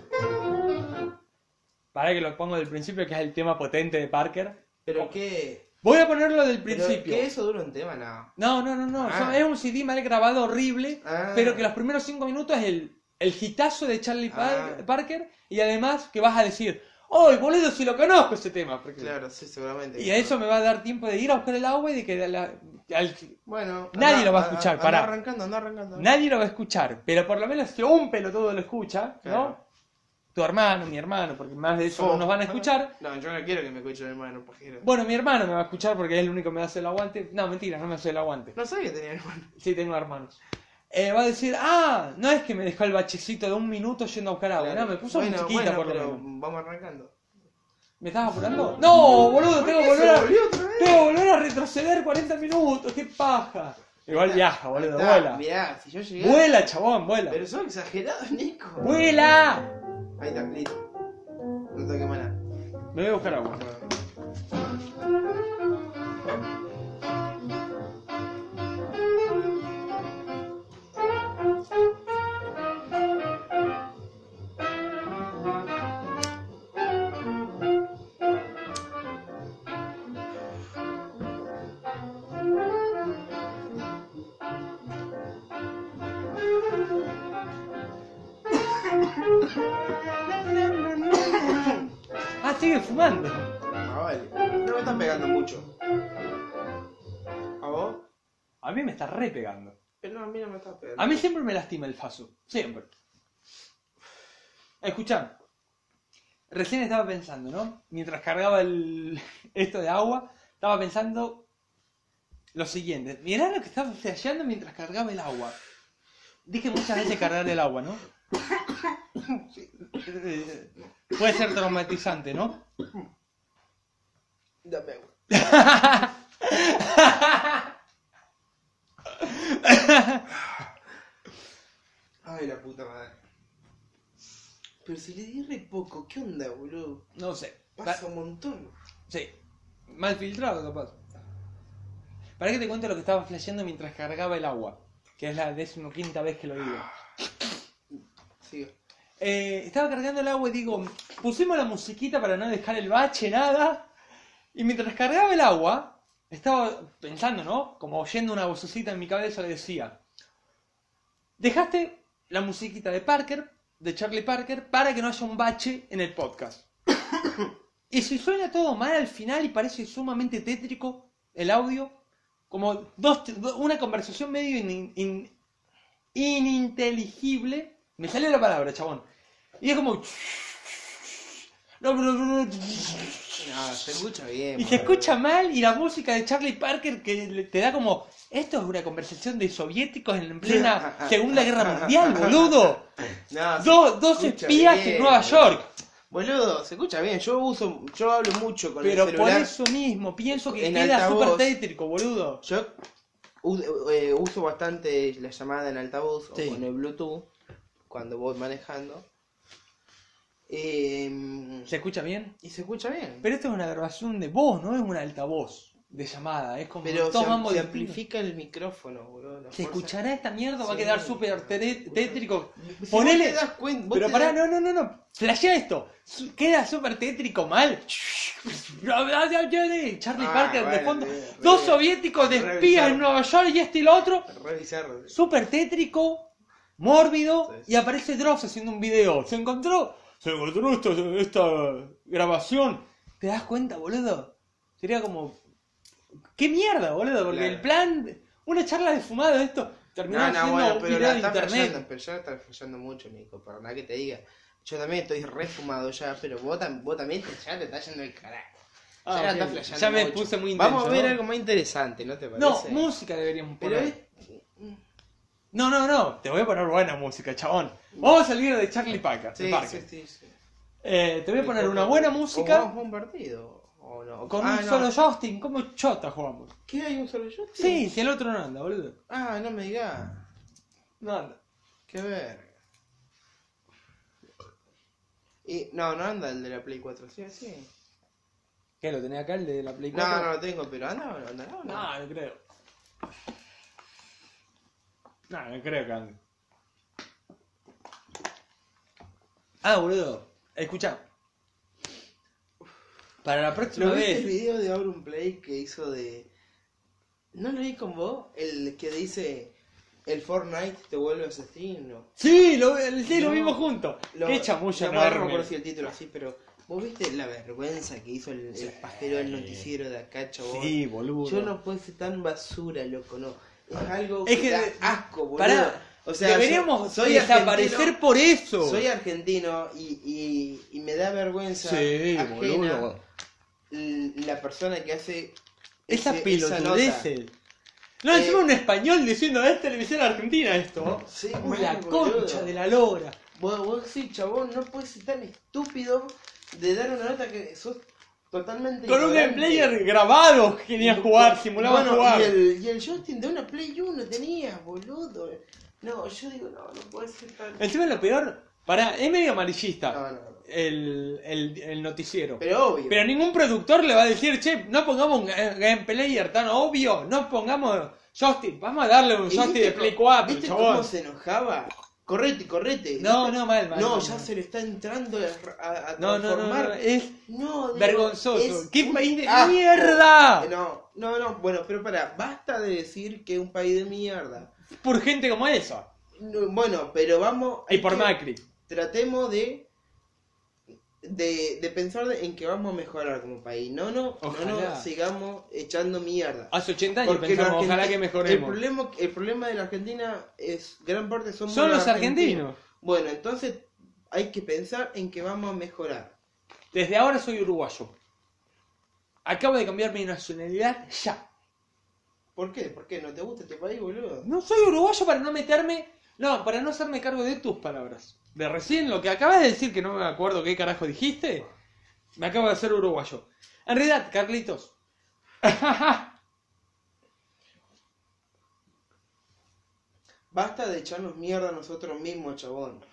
Para que lo pongo del principio, que es el tema potente de Parker. ¿Pero qué? Voy a ponerlo del ¿Pero principio. ¿Qué eso dura un tema? No. No, no, no, no. Ah. son- Es un CD mal grabado, horrible. Ah. Pero que los primeros cinco minutos es el, el hitazo de Charlie Par- Ah. Parker. Y además que vas a decir, ¡Ay, boludo, si lo conozco ese tema! Porque- Claro, sí, seguramente. Y a eso me va a dar tiempo de ir a buscar el agua y de que la- al- Bueno. Nadie lo va a escuchar, anda pará. arrancando, anda arrancando. nadie lo va a escuchar. Pero por lo menos si un pelotudo lo escucha, ¿no? Claro. Tu hermano, mi hermano, porque más de eso no Oh. nos van a escuchar. No, yo no quiero que me escuche mi hermano pajero. Bueno, mi hermano me va a escuchar porque es el único que me hace el aguante. No, mentira, no me hace el aguante. No sabía que tenía hermano. Sí, tengo hermanos. Eh, va a decir, ah, no es que me dejó el bachecito de un minuto yendo a buscar agua. No, Ah, me puso bueno, muy chiquita bueno, por lo pero menos. Vamos arrancando. ¿Me estás apurando? No, boludo, ¿Por tengo qué que se volver a, volvió otra vez? tengo que volver a retroceder 40 minutos. ¡Qué paja! Igual viaja, boludo, Está, vuela. Mirá, si yo llegué. Vuela, chabón, vuela. Pero son exagerados, Nico. ¡Vuela! Ahí está, listo. No toque más nada. Me voy a buscar agua. Ah, sigue fumando. Ah, vale. No me están pegando mucho. ¿A vos? A mí me está re pegando. Pero no, a mí no me estás pegando. A mí siempre me lastima el faso. Siempre. Escuchá. Recién estaba pensando, ¿no? Mientras cargaba el... esto de agua, estaba pensando lo siguiente. Mirá lo que estaba flasheando mientras cargaba el agua. Dije muchas veces cargar el agua, ¿no? Eh, Puede ser traumatizante, ¿no? Dame agua. Ay, la puta madre. Pero si le di re poco, ¿qué onda, boludo? No sé. Pasa un montón. Sí. Mal filtrado, capaz. ¿Para qué te cuento lo que estaba flasheando mientras cargaba el agua? Que es la decimoquinta vez que lo digo. Sigue. Eh, estaba cargando el agua y digo, pusimos la musiquita para no dejar el bache, nada. Y mientras cargaba el agua, estaba pensando, ¿no? Como oyendo una vocecita en mi cabeza decía, dejaste la musiquita de Parker, de Charlie Parker, para que no haya un bache en el podcast. y si suena todo mal al final y parece sumamente tétrico el audio, como dos, do- una conversación medio in- in- ininteligible, me sale la palabra, chabón. Y es como... No, se escucha bien. Y se boludo. escucha mal y la música de Charlie Parker que le- te da como, esto es una conversación de soviéticos en plena Segunda Guerra Mundial, boludo. No, se Dos- dos escucha espías bien, en Nueva boludo. York. Boludo, se escucha bien. Yo uso, yo hablo mucho con Pero el por celular. eso mismo pienso que En queda altavoz. súper tétrico, boludo. Yo u- eh, uso bastante la llamada en altavoz Sí. o con el Bluetooth cuando voy manejando. Em, ¿Se escucha bien? y se escucha bien. Pero esto es una grabación de voz, no es un altavoz de llamada. Es como Pero todo se, mambo se de amplifica el micrófono, boludo. la ¿Se fuerza. escuchará esta mierda? Va a Sí, quedar súper claro. tere- tétrico. Si Ponele. vos te das cuen- vos Pero te pará, das- no, no, no, no. Flashea esto. Su- Queda súper tétrico mal. Charlie Ah, Parker de bueno, fondo. bien, Dos bien. soviéticos de Re espías en bizarro. Nueva York y este y lo otro. Re bizarro. Súper tétrico, mórbido. Sí, sí. Y aparece Dross haciendo un video. Se encontró. Se encontró esta, esta grabación. ¿Te das cuenta, boludo? Sería como. ¿Qué mierda, boludo? Porque Claro. el plan. Una charla de fumado, esto. Terminó No, no, haciendo bueno, un pero video la de está internet. fallando, pero ya está fallando mucho, Nico, para nada que te diga. Yo también estoy refumado ya, pero vos, tam- vos también te- ya te estás yendo el carajo. ya Ah, la ok. estás flasheando Ya me mucho. puse muy Vamos a intenso, ver ¿no? algo más interesante, ¿no te No, parece? música deberíamos Pero poner. es... No, no, no. Te voy a poner buena música, chabón. Vamos a salir de Charlie Packer. Sí, Parker. sí, sí, sí. Eh, te voy a poner una buena O música. vamos a un partido. O o no. Con Ah, un no. solo Justin, ¿cómo chota jugamos? ¿Qué hay un solo Justin? Sí, si el otro no anda, boludo. Ah, no me digas. No anda. Qué ver. Y no, no anda el de la Play 4, sí, sí. ¿Qué? ¿Lo tenía acá el de la Play No, no 4? lo tengo, pero anda o no andará o no. no, no creo. No, no creo que ande. Ah, boludo. Escucha. Para la próxima ¿Lo viste el vez. video de Auron Play que hizo de. ¿No lo vi con vos? El que dice. El Fortnite te vuelve asesino. Sí, lo, sí, lo No. vimos juntos. Lo- Qué chamulla, no, no enorme. recuerdo el título así, pero. ¿Vos viste la vergüenza que hizo el, el pajero del noticiero de acá, chabón? Sí, boludo. Ah, Yo no puedo ser tan basura, loco, no. Es algo Es que, que da de- asco, boludo. Pará, o sea, deberíamos yo- soy desaparecer argentino- por eso. Soy argentino y, y, y me da vergüenza Sí, ajena boludo. l- la persona que hace Esas ese- esa nota. pelotudeces. No, Eh, encima un español diciendo, es televisión argentina esto. Sí, Uy, la boludo. concha de la lora. Vos, vos sí, chabón, no puedes ser tan estúpido de dar una nota que sos totalmente Con un ignorante. player grabado que querían jugar, simulaban Bueno, jugar. Y el, y el Justin de una Play 1 tenía, boludo. No, yo digo, no, no puede ser tan... Encima lo peor, pará, es medio amarillista No, no. El, el, el noticiero. Pero, Pero obvio. ningún productor le va a decir, che, no pongamos un ga- gameplayer tan obvio, no pongamos Justin, vamos a darle un ¿Y Justin viste de Play co- 4, ¿Viste cómo chabón. se enojaba? Correte, correte. No, ¿Viste? no, mal, mal. No, mal, ya mal. se le está entrando a, a- a No, no, no, no, transformar. no, es No, digo, vergonzoso. es ¡Qué un país de asco. mierda! No, no, no, bueno, pero pará, basta de decir que es un país de mierda. Por gente como esa. No, Bueno, pero vamos. Y hay por que- Macri. Tratemos de. De, de pensar de- en que vamos a mejorar como país. No, no, no, Ojalá. no sigamos echando mierda. Hace 80 años Porque los pensamos, ojalá argenti- que El mejoremos. problema, el problema de la Argentina es gran parte somos Son los argentinos. argentinos. Bueno, entonces hay que pensar en que vamos a mejorar. Desde ahora soy uruguayo. Acabo de cambiar mi nacionalidad ya. ¿Por qué? ¿Por qué? ¿No te gusta este país, boludo? No soy uruguayo para no meterme. No, para no hacerme cargo de tus palabras. De recién lo que acabas de decir, que no me acuerdo qué carajo dijiste, me acabo de hacer uruguayo. En realidad, Carlitos. Basta de echarnos mierda a nosotros mismos, chabón.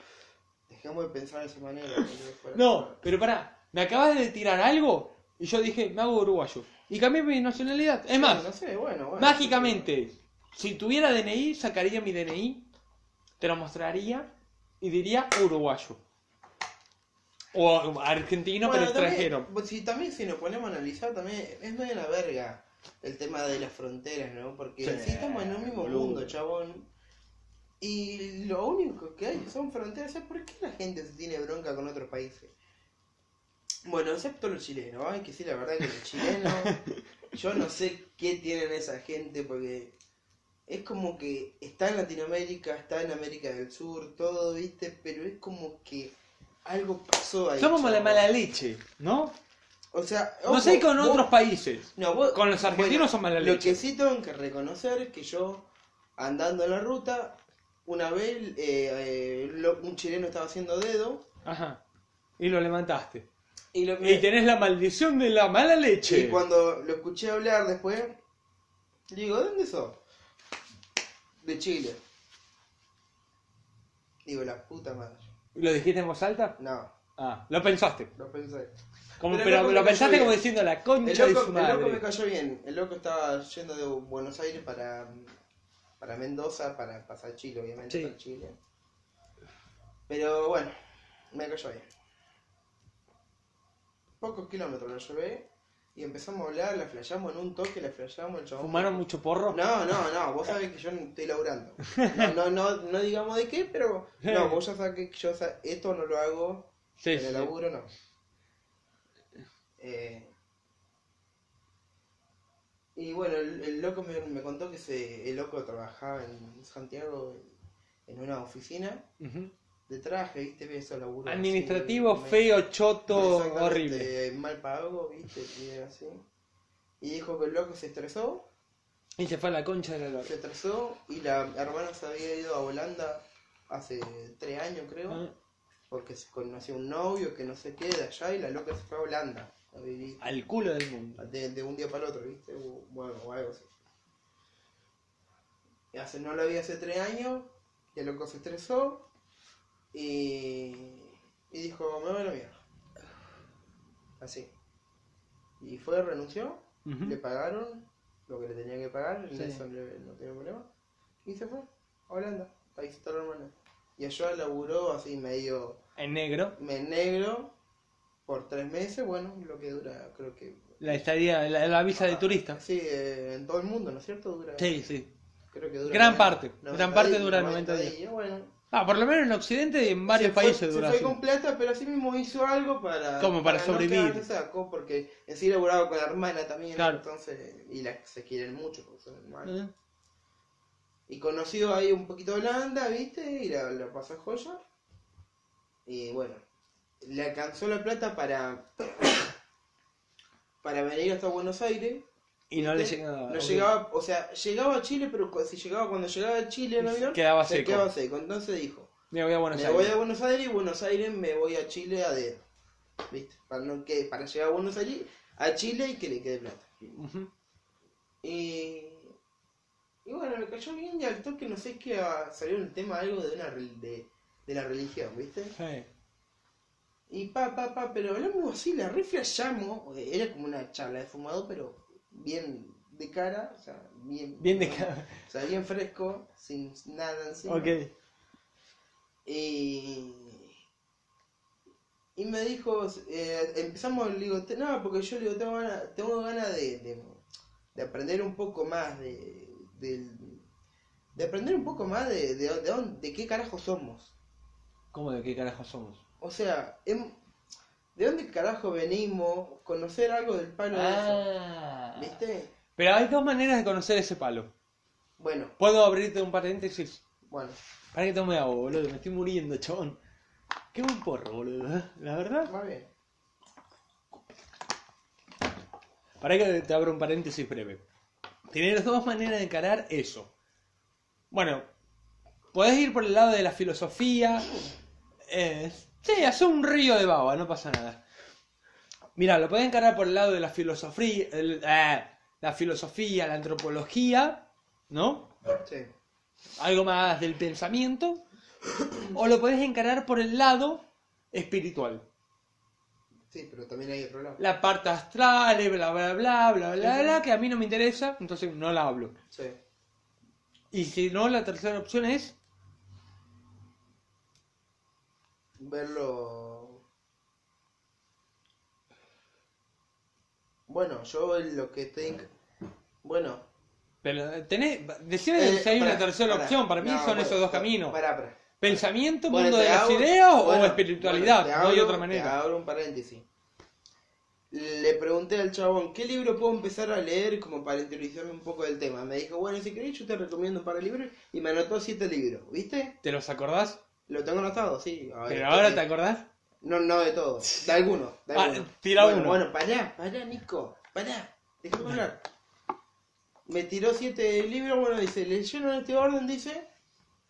Dejamos de pensar de esa manera. boludo, fuera. No, pero pará, me acabas de tirar algo y yo dije, me hago uruguayo. Y cambié mi nacionalidad. Es más, Sí, no sé, bueno, bueno. mágicamente, si tuviera DNI, sacaría mi DNI, te lo mostraría y diría uruguayo. O argentino, Bueno, pero también, extranjero. pues, si, también si nos ponemos a analizar, también es medio la verga el tema de las fronteras, ¿no? Porque Sí, si estamos en un mismo boludo. mundo, chabón, y lo único que hay son fronteras, ¿sabes por qué la gente se tiene bronca con otros países? Bueno, excepto los chilenos, hay que decir la verdad que los chilenos, yo no sé qué tienen esa gente porque es como que está en Latinoamérica, está en América del Sur, todo, ¿viste? Pero es como que algo pasó ahí. Somos como la chabón. mala leche, ¿no? O sea, No ojo, sé con vos- otros países. no, vos- Con los argentinos son mala Lo leche. que sí tengo que reconocer es que yo, andando en la ruta, una vez eh, eh, lo- un chileno estaba haciendo dedo. Ajá. Y lo levantaste. Y, lo, Y tenés la maldición de la mala leche. y cuando lo escuché hablar después, digo, ¿de dónde sos? De Chile. Digo, la puta madre. ¿Lo dijiste en voz alta? No, Ah, lo pensaste. lo pensé. Pero Como, el pero loco lo me pensaste cayó como bien. diciendo la El concha de loco, su el loco me madre. cayó bien. El loco estaba yendo de Buenos Aires para, para Mendoza, para pasar Chile, obviamente, Sí. para Chile. Pero bueno, me cayó bien. Pocos kilómetros lo llevé y empezamos a hablar, la flasheamos en un toque, la flasheamos el chabón. ¿Fumaron mucho porro? No, no, no, vos sabés que yo no estoy laburando. No, no, no, no digamos de qué, pero no, vos ya sabés que yo sa- esto no lo hago Sí, en sí. el laburo no. Eh, y bueno, el, el loco me, me contó que se, el loco trabajaba en Santiago en, en una oficina Ujú. de traje, ¿viste? Ve Esos laburos Administrativo, así, feo, choto, exactamente, horrible. Mal pago, ¿viste? Y era así. Y dijo que el loco se estresó, Y se fue a la concha de la se lora. estresó y la hermana se había ido a Holanda hace tres años, creo. Ah, porque se conoció un novio que no se queda allá y la loca se fue a Holanda. a vivir Al culo del mundo. de, de un día para el otro, ¿viste? O, bueno, o algo así. Y hace, no lo vi hace tres años, y el loco se estresó y, y dijo, me voy a la mierda. Así. Y fue, renunció, Ujú. le pagaron lo que le tenían que pagar, en ¿Mm? Sí. eso le- no tenía problema, y se fue a Holanda, a visitar a la hermana. Y allá laburó así medio En negro. me negro por tres meses, bueno, lo que dura, creo que. La estadía, la, la visa de turista. Sí, eh, en todo el mundo, ¿no es cierto? Dura. Sí, sí. Creo que dura. Gran parte, gran parte dura 90 días. Bueno, Ah, por lo menos en Occidente, en varios se fue- países dura Se así. fue con plata, pero así mismo hizo algo para. Como para sobrevivir. No quedarse saco, porque en sí laburaba con la hermana también, Claro. entonces. Y la, se quieren mucho, porque son hermanos. ¿Eh? Y conocido ahí un poquito Holanda, ¿viste? Y la, la pasó joya. Y bueno, le alcanzó la plata para. para venir hasta Buenos Aires. Y no le ¿viste? llegaba. No ok. llegaba, o sea, llegaba a Chile, pero cu- si llegaba cuando llegaba a Chile en avión, Quedaba se seco. quedaba seco. Entonces dijo: Mira, voy a Buenos Me Aires. voy a Buenos Aires y Buenos Aires me voy a Chile a dedo. ¿Viste? Para, no que, para llegar a Buenos Aires, a Chile y que le quede plata. Ujú. Y, Eh, y bueno, me cayó bien y al toque no sé qué ah, salió un tema algo de una rel- de, de la religión, ¿viste? Sí. Y pa, pa, pa, pero hablamos así, la reflejamos, era como una charla de fumado, pero bien de cara, o sea, bien, Bien de cara. O sea, bien fresco, sin nada encima. Ok. Y, y me dijo, eh, empezamos, le digo, "Te- no, porque yo le digo, tengo ganas, tengo ganas de, de, de aprender un poco más de, del- de aprender un poco más de, de, de, dónde- de qué carajo somos. ¿Cómo de qué carajo somos? O sea, em- ¿de dónde carajo venimos? Conocer algo del palo de Ah. eso. ¿Viste? Pero hay dos maneras de conocer ese palo. Bueno, ¿Puedo abrirte un paréntesis? bueno, Para que tome agua, boludo. Me estoy muriendo, chabón. Qué buen porro, boludo. ¿eh? La verdad. va bien. Para que te abra un paréntesis breve. Tienes dos maneras de encarar eso. Bueno, podés ir por el lado de la filosofía. Eh, sí, hace un río de baba, no pasa nada. Mira, lo podés encarar por el lado de la filosofía, el- ah, la filosofía, la antropología, ¿no? Sí. algo más del pensamiento, o lo podés encarar por el lado espiritual. Sí, pero también hay otro lado. La parte astral, eh, bla, bla, bla, bla, bla, bla, que a mí no me interesa, entonces no la hablo. Sí. Y si no, la tercera opción es, verlo. Bueno, yo lo que tengo. Bueno. pero eh, tenés, decime si hay una pará, tercera pará. opción, para mí No, son bueno, esos dos pa- caminos. Pará, pará. Pensamiento, Bueno, mundo te de las hago- ideas o- bueno, o espiritualidad, bueno, te no hay abro- otra Te manera. abro un paréntesis. Le pregunté al chabón, ¿qué libro puedo empezar a leer como para interiorizarme un poco del tema? Me dijo, bueno, si querés yo te recomiendo un par de libros y me anotó siete libros, ¿viste? ¿Te los acordás? Lo tengo anotado, sí. A ver, Pero estoy- ahora te acordás. No, no de todo. De alguno. De Ah, alguno. tira bueno, uno. Bueno, pará, pará, Nico. Pará. Déjame hablar. Me tiró siete libros. Bueno, dice, leyeron este orden, dice.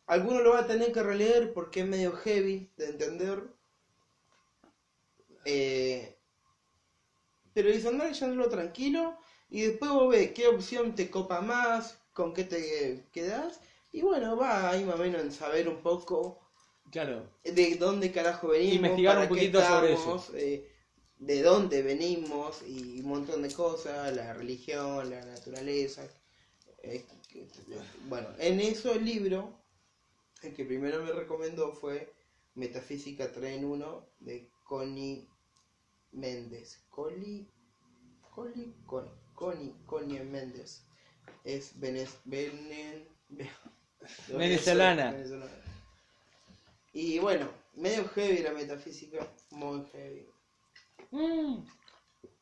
Alguno lo va a tener que releer porque es medio heavy de entender. Eh, pero dice, andá leyéndolo tranquilo. Y después vos ves qué opción te copa más, con qué te quedas. Y bueno, va ahí más o menos en saber un poco Claro, de dónde carajo venimos, Investigar un para qué poquito sobre eso. eh, de dónde venimos y un montón de cosas, la religión, la naturaleza. eh, que- bueno, en eso el libro, el que primero me recomendó fue Metafísica 3 en 1 de Connie Méndez. Coli, Coli, Con- Connie, Connie Méndez. Es venez, venen- ve- Venezolana. venezolana. Y bueno, medio heavy la metafísica, muy heavy. Mm,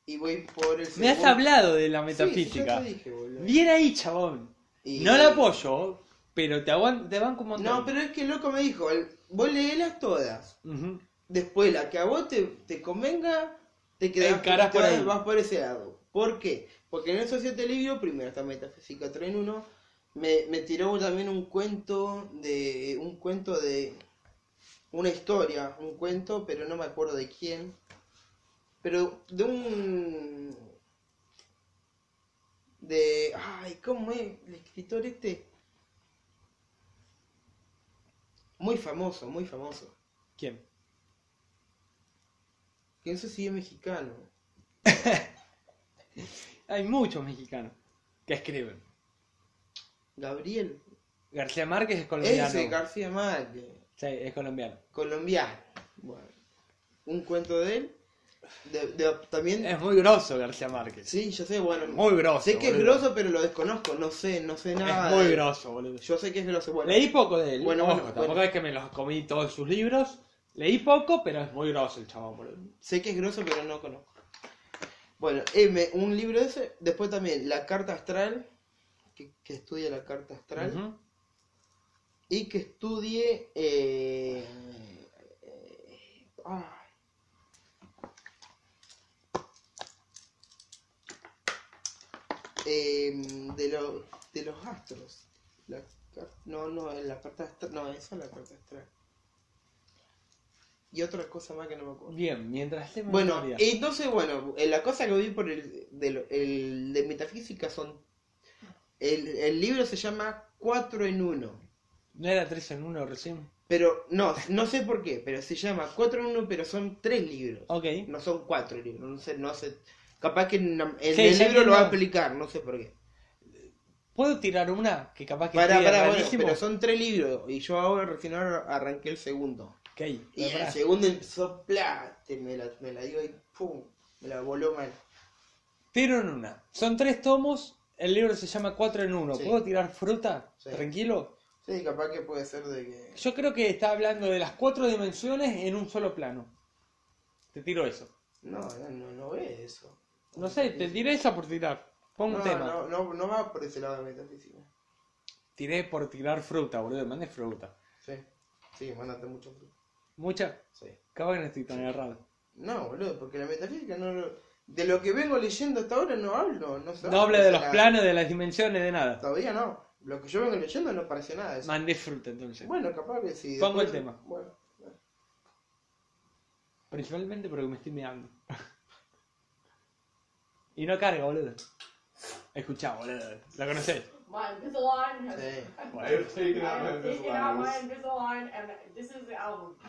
Y voy por el me has segundo- hablado de la Sí, sí, ya te metafísica. dije, boludo. Bien ahí, chabón. Y- No la apoyo, pero te, aguan, te banco un montón. No, pero es que el loco me dijo, el- vos leelas todas. Ujú. Después la que a vos te, te convenga, te quedás Encarás te por vas- ahí. vas por ese lado. ¿Por qué? Porque en esos siete libros, primero está Metafísica 3 en 1, me, me tiró también un cuento de. un cuento de. una historia, un cuento, pero no me acuerdo de quién. Pero de un. De. Ay, ¿cómo es? El escritor este. Muy famoso, muy famoso. ¿Quién? Que eso sí es mexicano. Hay muchos mexicanos que escriben. Gabriel. García Márquez es colombiano. Ese García Márquez. Sí, es colombiano. Colombiano. Bueno. Un cuento de él. De, de- también. Es muy grosso García Márquez. Sí, yo sé, bueno. Muy grosso, Sé que es boludo. grosso, pero lo desconozco. No sé, no sé nada. es muy de- grosso, boludo. Yo sé que es grosso. Bueno, Leí poco de él. Bueno, ojo, bueno, tampoco bueno. es que me los comí todos sus libros. Leí poco, pero es muy grosso el chabón, boludo. Sé que es grosso, pero no conozco. Bueno, M, un libro ese. Después también La Carta Astral, que, que estudie la Carta Astral. Ujú. Y que estudie... eh, eh, ah. Em, de, lo- de los astros. La car- no, no, en la carta astral. No, esa es la carta astral. Y otra cosa más que no me acuerdo. Bien, mientras te Bueno, entonces, bueno, eh, la cosa que vi por el de, lo- el- de metafísica son. El, el libro se llama Cuatro en Uno. ¿No era 3 en 1 recién? Pero no, no sé por qué, pero se llama Cuatro en Uno, pero son tres libros. Ok. No son cuatro libros, no sé, no sé. Capaz que en, en Sí, el ya libro lo va a entiendo. explicar, no sé por qué. ¿Puedo tirar una que capaz que Para, esté para, bueno, rarísimo? pero son tres libros y yo ahora recién ahora arranqué el segundo. Ok, Y el pará. segundo empezó, plá, te- me la, me la dio y pum, me la voló mal. Tiro en una. Son tres tomos, el libro se llama 4 en 1. Sí. ¿Puedo tirar fruta? Sí. Tranquilo. Sí, capaz que puede ser de que. Yo creo que está hablando de las cuatro dimensiones en un solo plano. Te tiro eso. No, no, no, no ve eso. No sé, te tiré esa por tirar. Pon un no, tema. No, no, no va por ese lado de metafísica. Tiré por tirar fruta, boludo. Mande fruta. Sí, sí, mandate mucho fruto. Mucha. Sí. Capaz que no estoy tan errado. No, boludo, porque la metafísica no lo- De lo que vengo leyendo hasta ahora no hablo, no sé. No hablé de los La- planos, de las dimensiones, de nada. Todavía no. Lo que yo vengo leyendo no parece nada de eso. Mandé fruta entonces. Bueno, capaz que sí. Pongo después- el tema. Bueno, bueno. Principalmente porque me estoy mirando. y no carga, boludo. Escuchá, boludo. ¿La conocés? My Invisalign has sí. I've taken out my I've taken out my Invisalign. Invisalign and this is the album.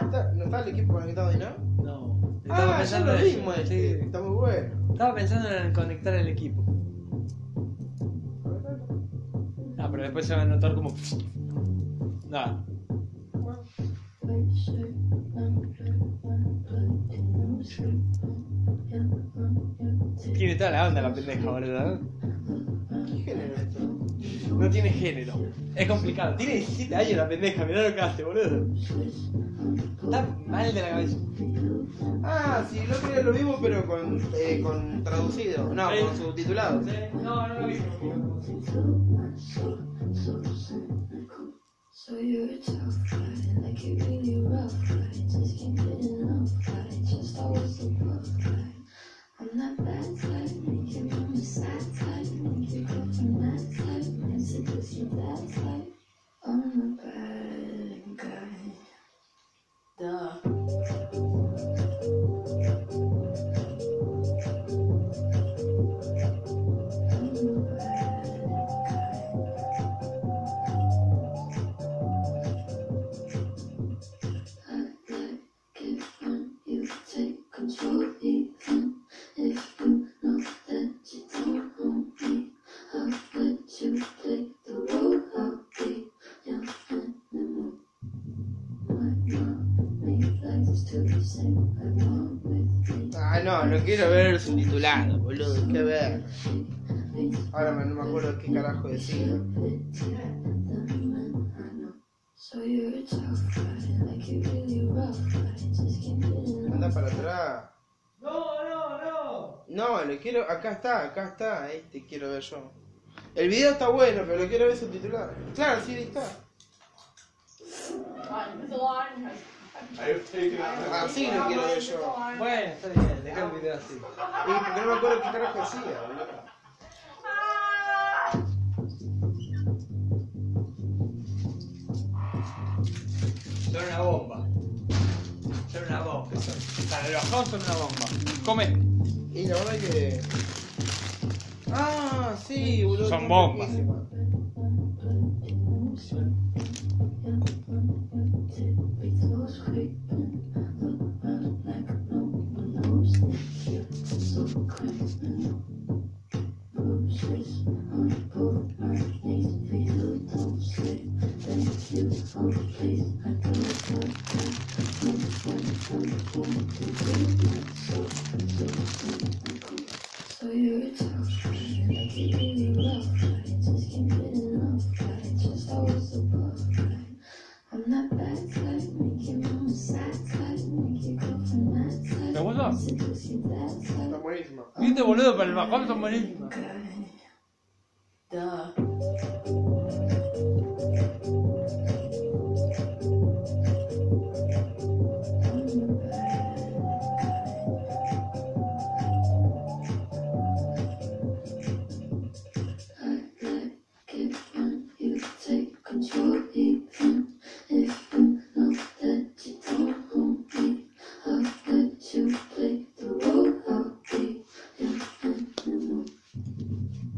¿No está- ¿No está el equipo conectado ahí, no? No. Ah, ya lo en vimos eso. este. Sí. Está muy bueno. Estaba pensando en conectar el equipo. Ah, pero después se va a notar como. Nada. Tiene toda la onda la pendeja, boludo. ¿eh? ¿Qué género es este? esto? No tiene género. Es complicado. Tiene 17 años la pendeja, mirá lo que hace, boludo. Está mal de la cabeza. Ah, sí, el otro día lo vimos, pero con, eh, con traducido. No, Sí. con subtitulado. No, no lo vimos. So you're a tough guy, like a really rough guy. Just can't get enough guy, just always above guy. I'm not that type, make your mama sad type, make your girlfriend mad type, my sister's your dad type. I'm a bad guy. Duh. I like it when you take control, even if you know that you don't own me. I'll let you play the role I'll be your animal. My mom made life too sick. I wrong with me. Ah, no, lo quiero ver subtitulado, boludo. Qué ver. Makes Ahora me- no me acuerdo qué carajo decía. So you're a tough guy, like you're really rough guy. Just can't get enough. Anda para atrás. No, no, no. No, lo quiero. Acá está, acá está. Este quiero ver yo. El video está bueno, pero lo quiero ver subtitulado. Claro, sí, ahí está. My Invisalign has. I've taken out my Ah, sí, lo quiero ver yo. Bueno, está bien, dejá el video así. Y porque no me acuerdo qué carajo decía, boludo. Ah! Son una bomba. Claro, los Jones son una bomba. Come. Y la verdad que. Ah, sí, boludo. Son qué bombas. riquísima. So you're tough, right? I keep you rough, right? Just can't get enough, right? Just always above, right? I'm not bad type, make your mom sad type, make your girlfriend mad type. Pero bueno. Seduce your dad type. Está buenísima. Viste, boludo, pero los Jones son buenísimos. Duh. Get on you, take control, even if you know that you don't want me. I'll let you play the role I'll be. And I know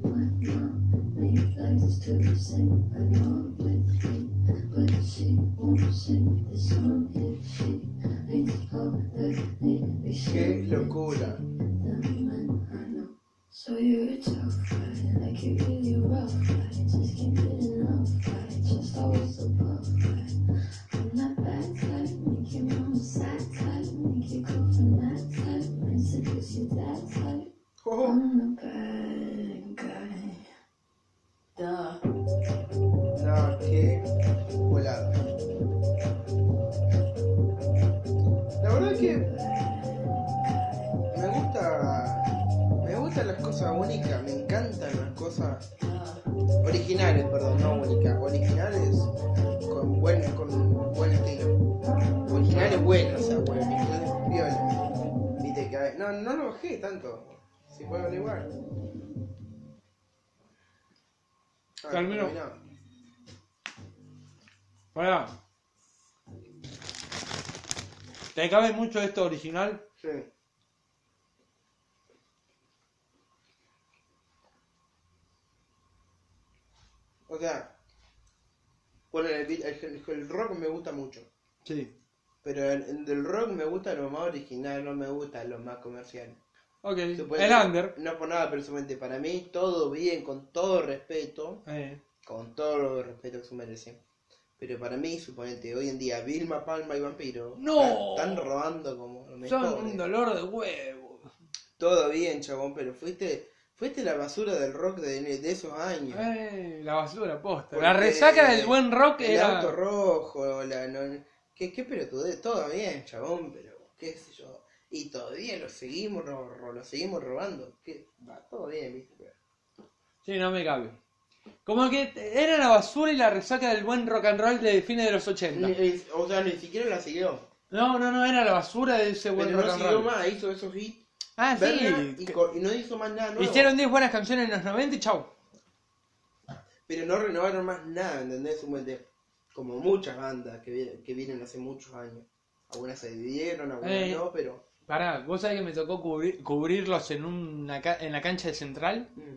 my mommy likes to sing along with me, but she won't sing this song if she reads all the lyrics. Qué locura. So you're tough, right? Like you're really rough, right? Just can't get enough, right? Just always above, right? I'm not bad type, make your mom sad type, make your girlfriend mad type, and seduce your dad type. Oh, I'm the bad guy. Duh. no, qué volada. La verdad que me gusta, me gustan las cosas únicas, me encantan las cosas Duh. originales, perdón, no únicas, originales con buen, con buen estilo. Originales buenos, o sea, bueno, originales piola. Viste que hay- no, no lo bajé tanto, si puedo hablar igual. Ah, Calmero. terminó. Pará. ¿Te cabe mucho esto original? Sí. O sea, bueno, el, beat- el- el- el rock me gusta mucho, Sí. pero el, el del rock me gusta lo más original, no me gusta lo más comercial. Ok. Suponete- El under. No por nada, pero suponete, para mí todo bien, con todo respeto, Eh, con todo el respeto que se merece. Pero para mí, suponete, hoy en día Vilma Palma y Vampiro ¡No! están robando como los son mejores. un dolor de huevo. Todo bien, chabón, pero fuiste, fuiste la basura del rock de, de esos años. Eh, la basura posta. Porque La resaca del buen rock el era. auto rojo, la no, qué, qué pelotudez, todo bien, chabón, pero qué sé yo. Y todavía lo seguimos ro- ro- lo seguimos robando. que va, todo bien, viste. pero- Sí, no me cabe. Como que era la basura y la resaca del buen rock and roll de fines de los Ni- 80. eh, o sea, ni siquiera la siguió. No, no, no, era la basura de ese buen Pero rock no and siguió roll. más, hizo esos hits. Ah, Berna, sí. y, co- y no hizo más nada nuevo. Hicieron 10 buenas canciones en los 90 y chau. Pero no renovaron más nada, ¿entendés? Suponete, Como muchas bandas que, vi- que vienen hace muchos años. Algunas se dividieron, algunas Eh. no, pero. Pará, vos sabés que me tocó cubri- cubrirlos en, una ca- en la cancha de Central mm,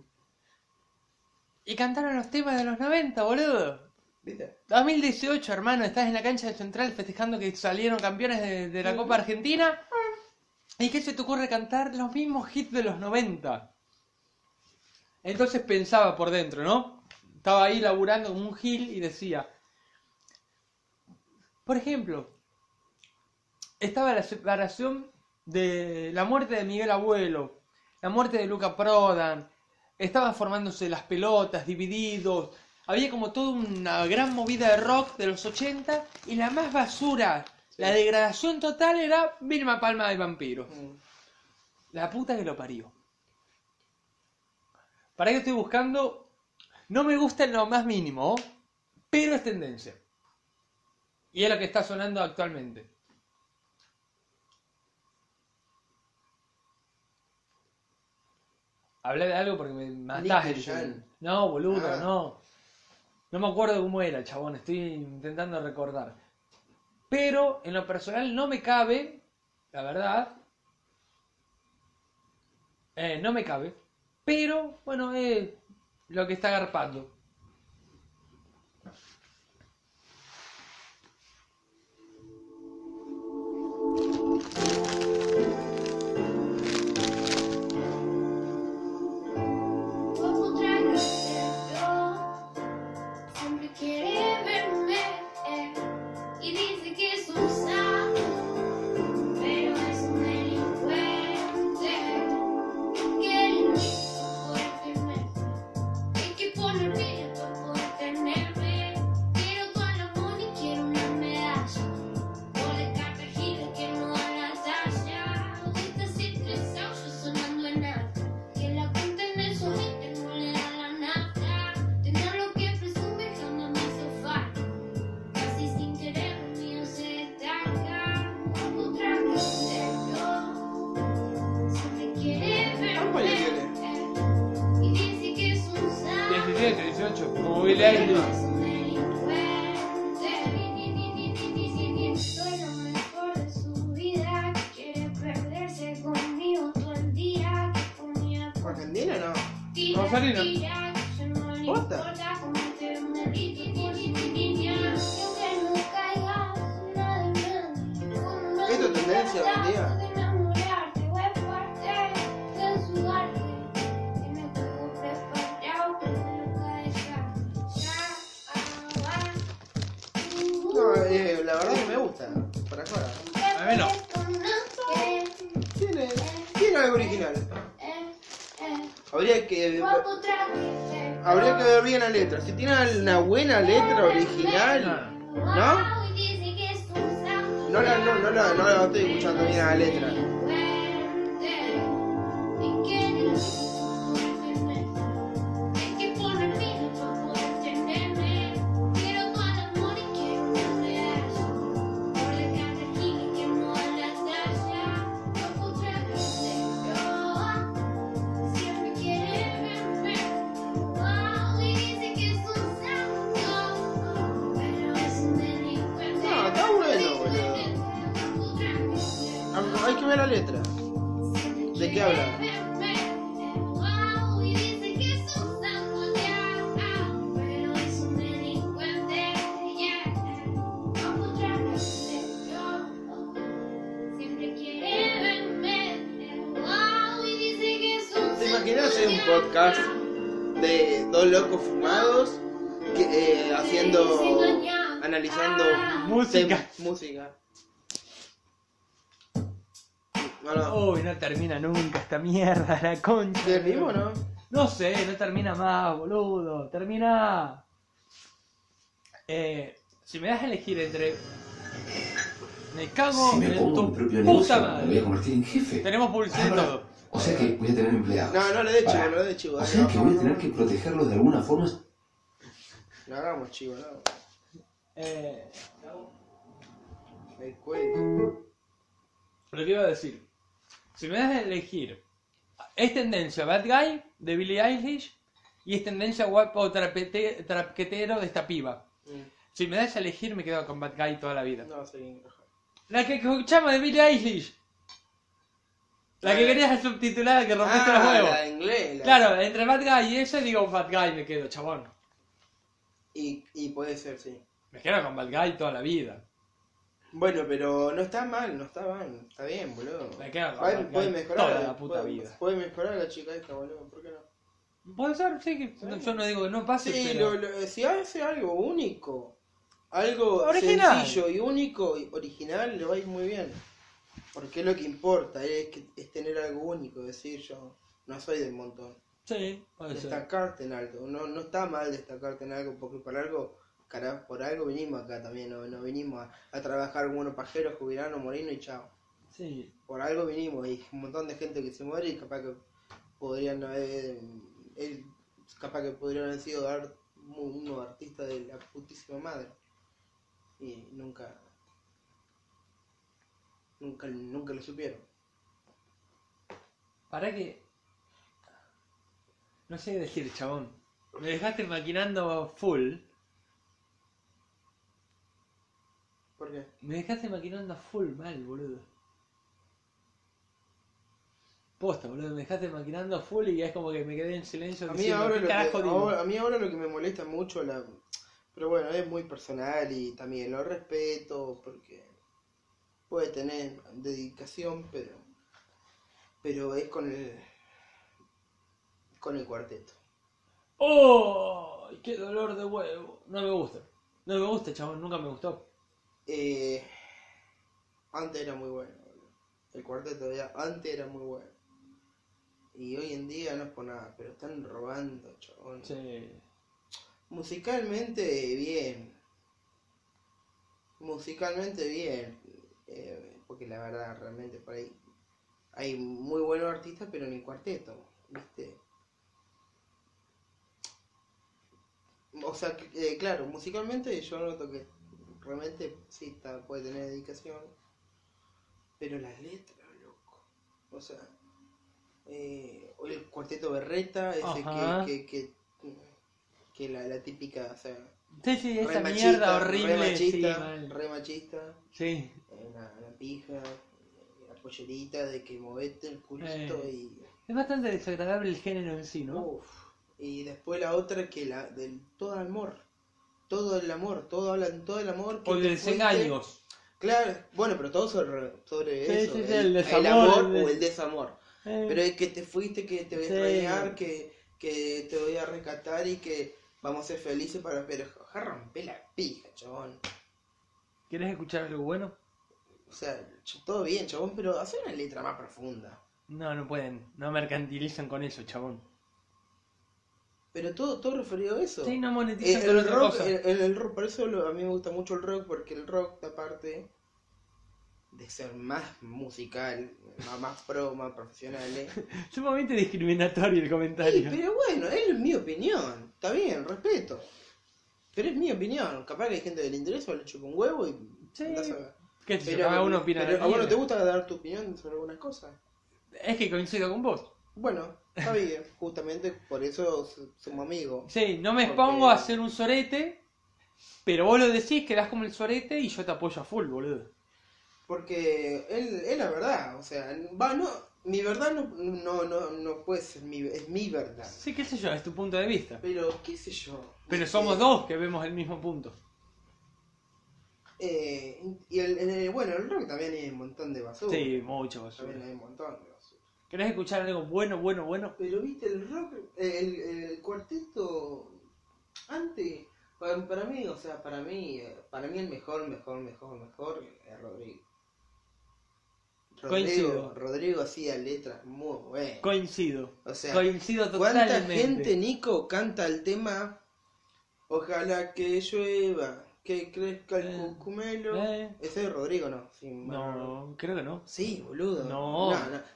y cantaron los temas de los 90, boludo. ¿Viste? 2018, hermano, estás en la cancha de Central festejando que salieron campeones de, de la Copa Argentina. ¿Y qué se te ocurre cantar los mismos hits de los 90? Entonces pensaba por dentro, ¿no? Estaba ahí laburando como un gil y decía. Por ejemplo, estaba la separación de la muerte de Miguel Abuelo, la muerte de Luca Prodan, estaban formándose las pelotas, divididos, había como toda una gran movida de rock de los 80 y la más basura, la degradación total era Vilma Palma de Vampiros. Mm. La puta que lo parió. Para que estoy buscando. No me gusta en lo más mínimo, pero es tendencia. Y es lo que está sonando actualmente. Hablé de algo porque me matás Nicky el- Jam. No, boludo, Ah. no. No me acuerdo cómo era, chabón. Estoy intentando recordar. Pero en lo personal no me cabe la verdad, eh, no me cabe. Pero, bueno, es lo que está garpando. Poco trago yo siempre quiere verme y dice que es un santo, pero es un delincuente que le invito por tenerme, hay que poner billete por tenerme, quiero tu amor y quiero una medalla, por el cartagino que no la talla, estas cifras sauces sonando en alto. Que la cuenta en el sujete no le da la nafta Tener lo que presume jamás me hizo falta Casi sin querer el mío se destaca Como trago de Siempre quiere ¿Cuántos años tiene? verme Y dice que es un santo 17, 18, como Soy Billie la Eilish. mejor de su vida Quiere perderse conmigo todo el día Que ponía ¿Argentina no? Rosalina. Posta. Esto es tendencia hoy en día. No, eh, la verdad que me gusta. Para ahora. A ver, no. Tiene, eh. tiene algo original. eh, Habría que, habría que ver bien la letra. Si tiene una buena letra original, ¿no? No la, no, no la, no la estoy escuchando bien la letra. Siempre quiere verme, wow, y dice que es un santo, pero es un delincuente. No, está bueno, boludo. Hay que ver la letra. ¿De qué habla? ¿Te imaginas hacer un podcast de dos locos fumados que, eh, haciendo, analizando Música. tem- música? Bueno, Uy, no termina nunca esta mierda, la concha. ¿Del vivo no? No sé, no termina más, boludo. Termina. Eh, si me das a elegir entre. Me cago Si me en pongo tu mi propio puta negocio, me voy a Ah, madre. convertir en jefe. Tenemos publicidad y Ahora, todo. O sea que voy a tener empleados. No, no le dé chivo, Pará. no le dé chivo. O dale, sea que voy a vamos, tener que protegerlos de alguna forma. No hagamos chivo, no. Eh, El cuello. lo que iba a decir. Si me das a elegir. Es tendencia Bad Guy de Billie Eilish. Y es tendencia guapo trapete- traquetero de esta piba. Mm, Si me das a elegir, me quedo con Bad Guy toda la vida. No, soy engrojado. La que escuchamos de Billie Eilish. La que Eh. querías subtitular que rompiste Ah, los huevos. la de inglés. la- Claro, entre Bad Guy y ese digo Bad Guy me quedo, chabón. Y, y puede ser, sí. Me quedo con Bad Guy toda la vida. Bueno, pero no está mal, no está mal, está bien, boludo. Me quedo con Puede, Bad puede Guy mejorar toda la puta puede, vida. Puede mejorar la chica esta, boludo, ¿por qué no? Puede ser, sí, que no- yo no digo que no pase, Sí, pero... lo- lo- si hace algo único, algo Original. sencillo y único y original, le va a ir muy bien. Porque lo que importa es, que, es tener algo único, decir yo no soy del montón. Ah, Sí, puede ser. Destacarte en algo, no, no está mal destacarte en algo, porque por algo, carajo, por algo vinimos acá también, no, no vinimos a, a trabajar como unos pajeros, jubilarnos, morirnos y chao. Sí. por algo vinimos, hay un montón de gente que se muere y capaz que podrían haber, él- capaz que podrían haber sido ar- mu- unos artistas de la putísima madre. Y nunca, nunca, nunca lo supieron. Para que... No sé qué decir, chabón. Me dejaste maquinando full. ¿Por qué? Me dejaste maquinando full mal, boludo. Posta, boludo, me dejaste maquinando full y es como que me quedé en silencio A mí, diciendo, ahora ¿qué lo que, carajo digo? ahora- a mí ahora lo que me molesta mucho, la pero bueno, es muy personal y también lo respeto porque puede tener dedicación, pero pero es con el con el cuarteto. ¡Oh! ¡Qué dolor de huevo! No me gusta. No me gusta, chabón, nunca me gustó. Eh, antes era muy bueno, boludo. el cuarteto ya antes era muy bueno. Y hoy en día no es por nada, pero están robando, chabón. Sí. Musicalmente bien. Musicalmente bien. Eh, porque la verdad, realmente por ahí hay muy buenos artistas, pero en el cuarteto, ¿viste? O sea, que- eh, claro, musicalmente yo noto que realmente sí está, puede tener dedicación, pero las letras, loco. O sea, eh, el cuarteto Berreta, ese Ajá. que, que, que, que la, la típica, o sea, Sí, sí, esa re machista, mierda re horrible. Sí, machista, mal. re machista sí. una, una pija, eh, la pollerita de que movete el culito Eh. y. Es bastante desagradable el género en sí, ¿no? uf. Y después la otra que la del todo amor. Todo el amor, todo hablan todo el amor. que o te de fuiste. desengaños. Claro, bueno, pero todo sobre, sobre Sí, eso. sí, sí, el, el el desamor, amor el- o el desamor. Eh, Pero es que te fuiste, que te voy a Sí. extrañar, que, que te voy a rescatar y que vamos a ser felices para. Pero ja, rompe la pija, chabón. ¿Quieres escuchar algo bueno? O sea, ch- todo bien, chabón, pero hace una letra más profunda. No, no pueden. No mercantilizan con eso, chabón. Pero todo, todo referido a eso. Sí, no Eh, monetizan el, con otra rock, cosa. el, el- el rock, por eso lo- a mí me gusta mucho el rock, porque el rock, aparte de ser más musical, más, más pro, más profesional, eh, Sumamente discriminatorio el Sí, comentario. pero bueno, es mi opinión, está bien, respeto. Pero es mi opinión, capaz que hay gente que le interesa, le chupa un huevo y... Sí, andás a- ¿Qué sé yo, cada uno opina pero lo que a vos no quiere. te gusta dar tu opinión sobre algunas cosas. Es que coincido con vos. Bueno, está bien, justamente por eso s- somos amigos. Sí, no me Porque- expongo a hacer un sorete, pero vos lo decís, quedás como el sorete y yo te apoyo a full, boludo. Porque él es la verdad, o sea, va, no, mi verdad no, no, no, no puede ser mi, es mi verdad. Sí, qué sé yo, es tu punto de vista. Pero, qué sé yo. Pero Sí. somos dos que vemos el mismo punto. Eh, y el, el- bueno, el rock también hay un montón de basura. Sí, mucho basura. También hay un montón de basura. ¿Querés escuchar algo bueno, bueno, bueno? Pero viste, el rock, el, el cuarteto, antes, para, para mí, o sea, para mí, eh, para mí el mejor, mejor, mejor, mejor es Rodrigo. Coincido. Rodrigo, Rodrigo hacía letras muy buenas. Coincido. O sea, Coincido ¿Cuánta totalmente. gente, Nico, canta el tema Ojalá que llueva, que crezca el Eh, cucumelo? eh. Ese es Rodrigo, ¿no? Sí, bueno. No, creo que no. Sí, boludo. No.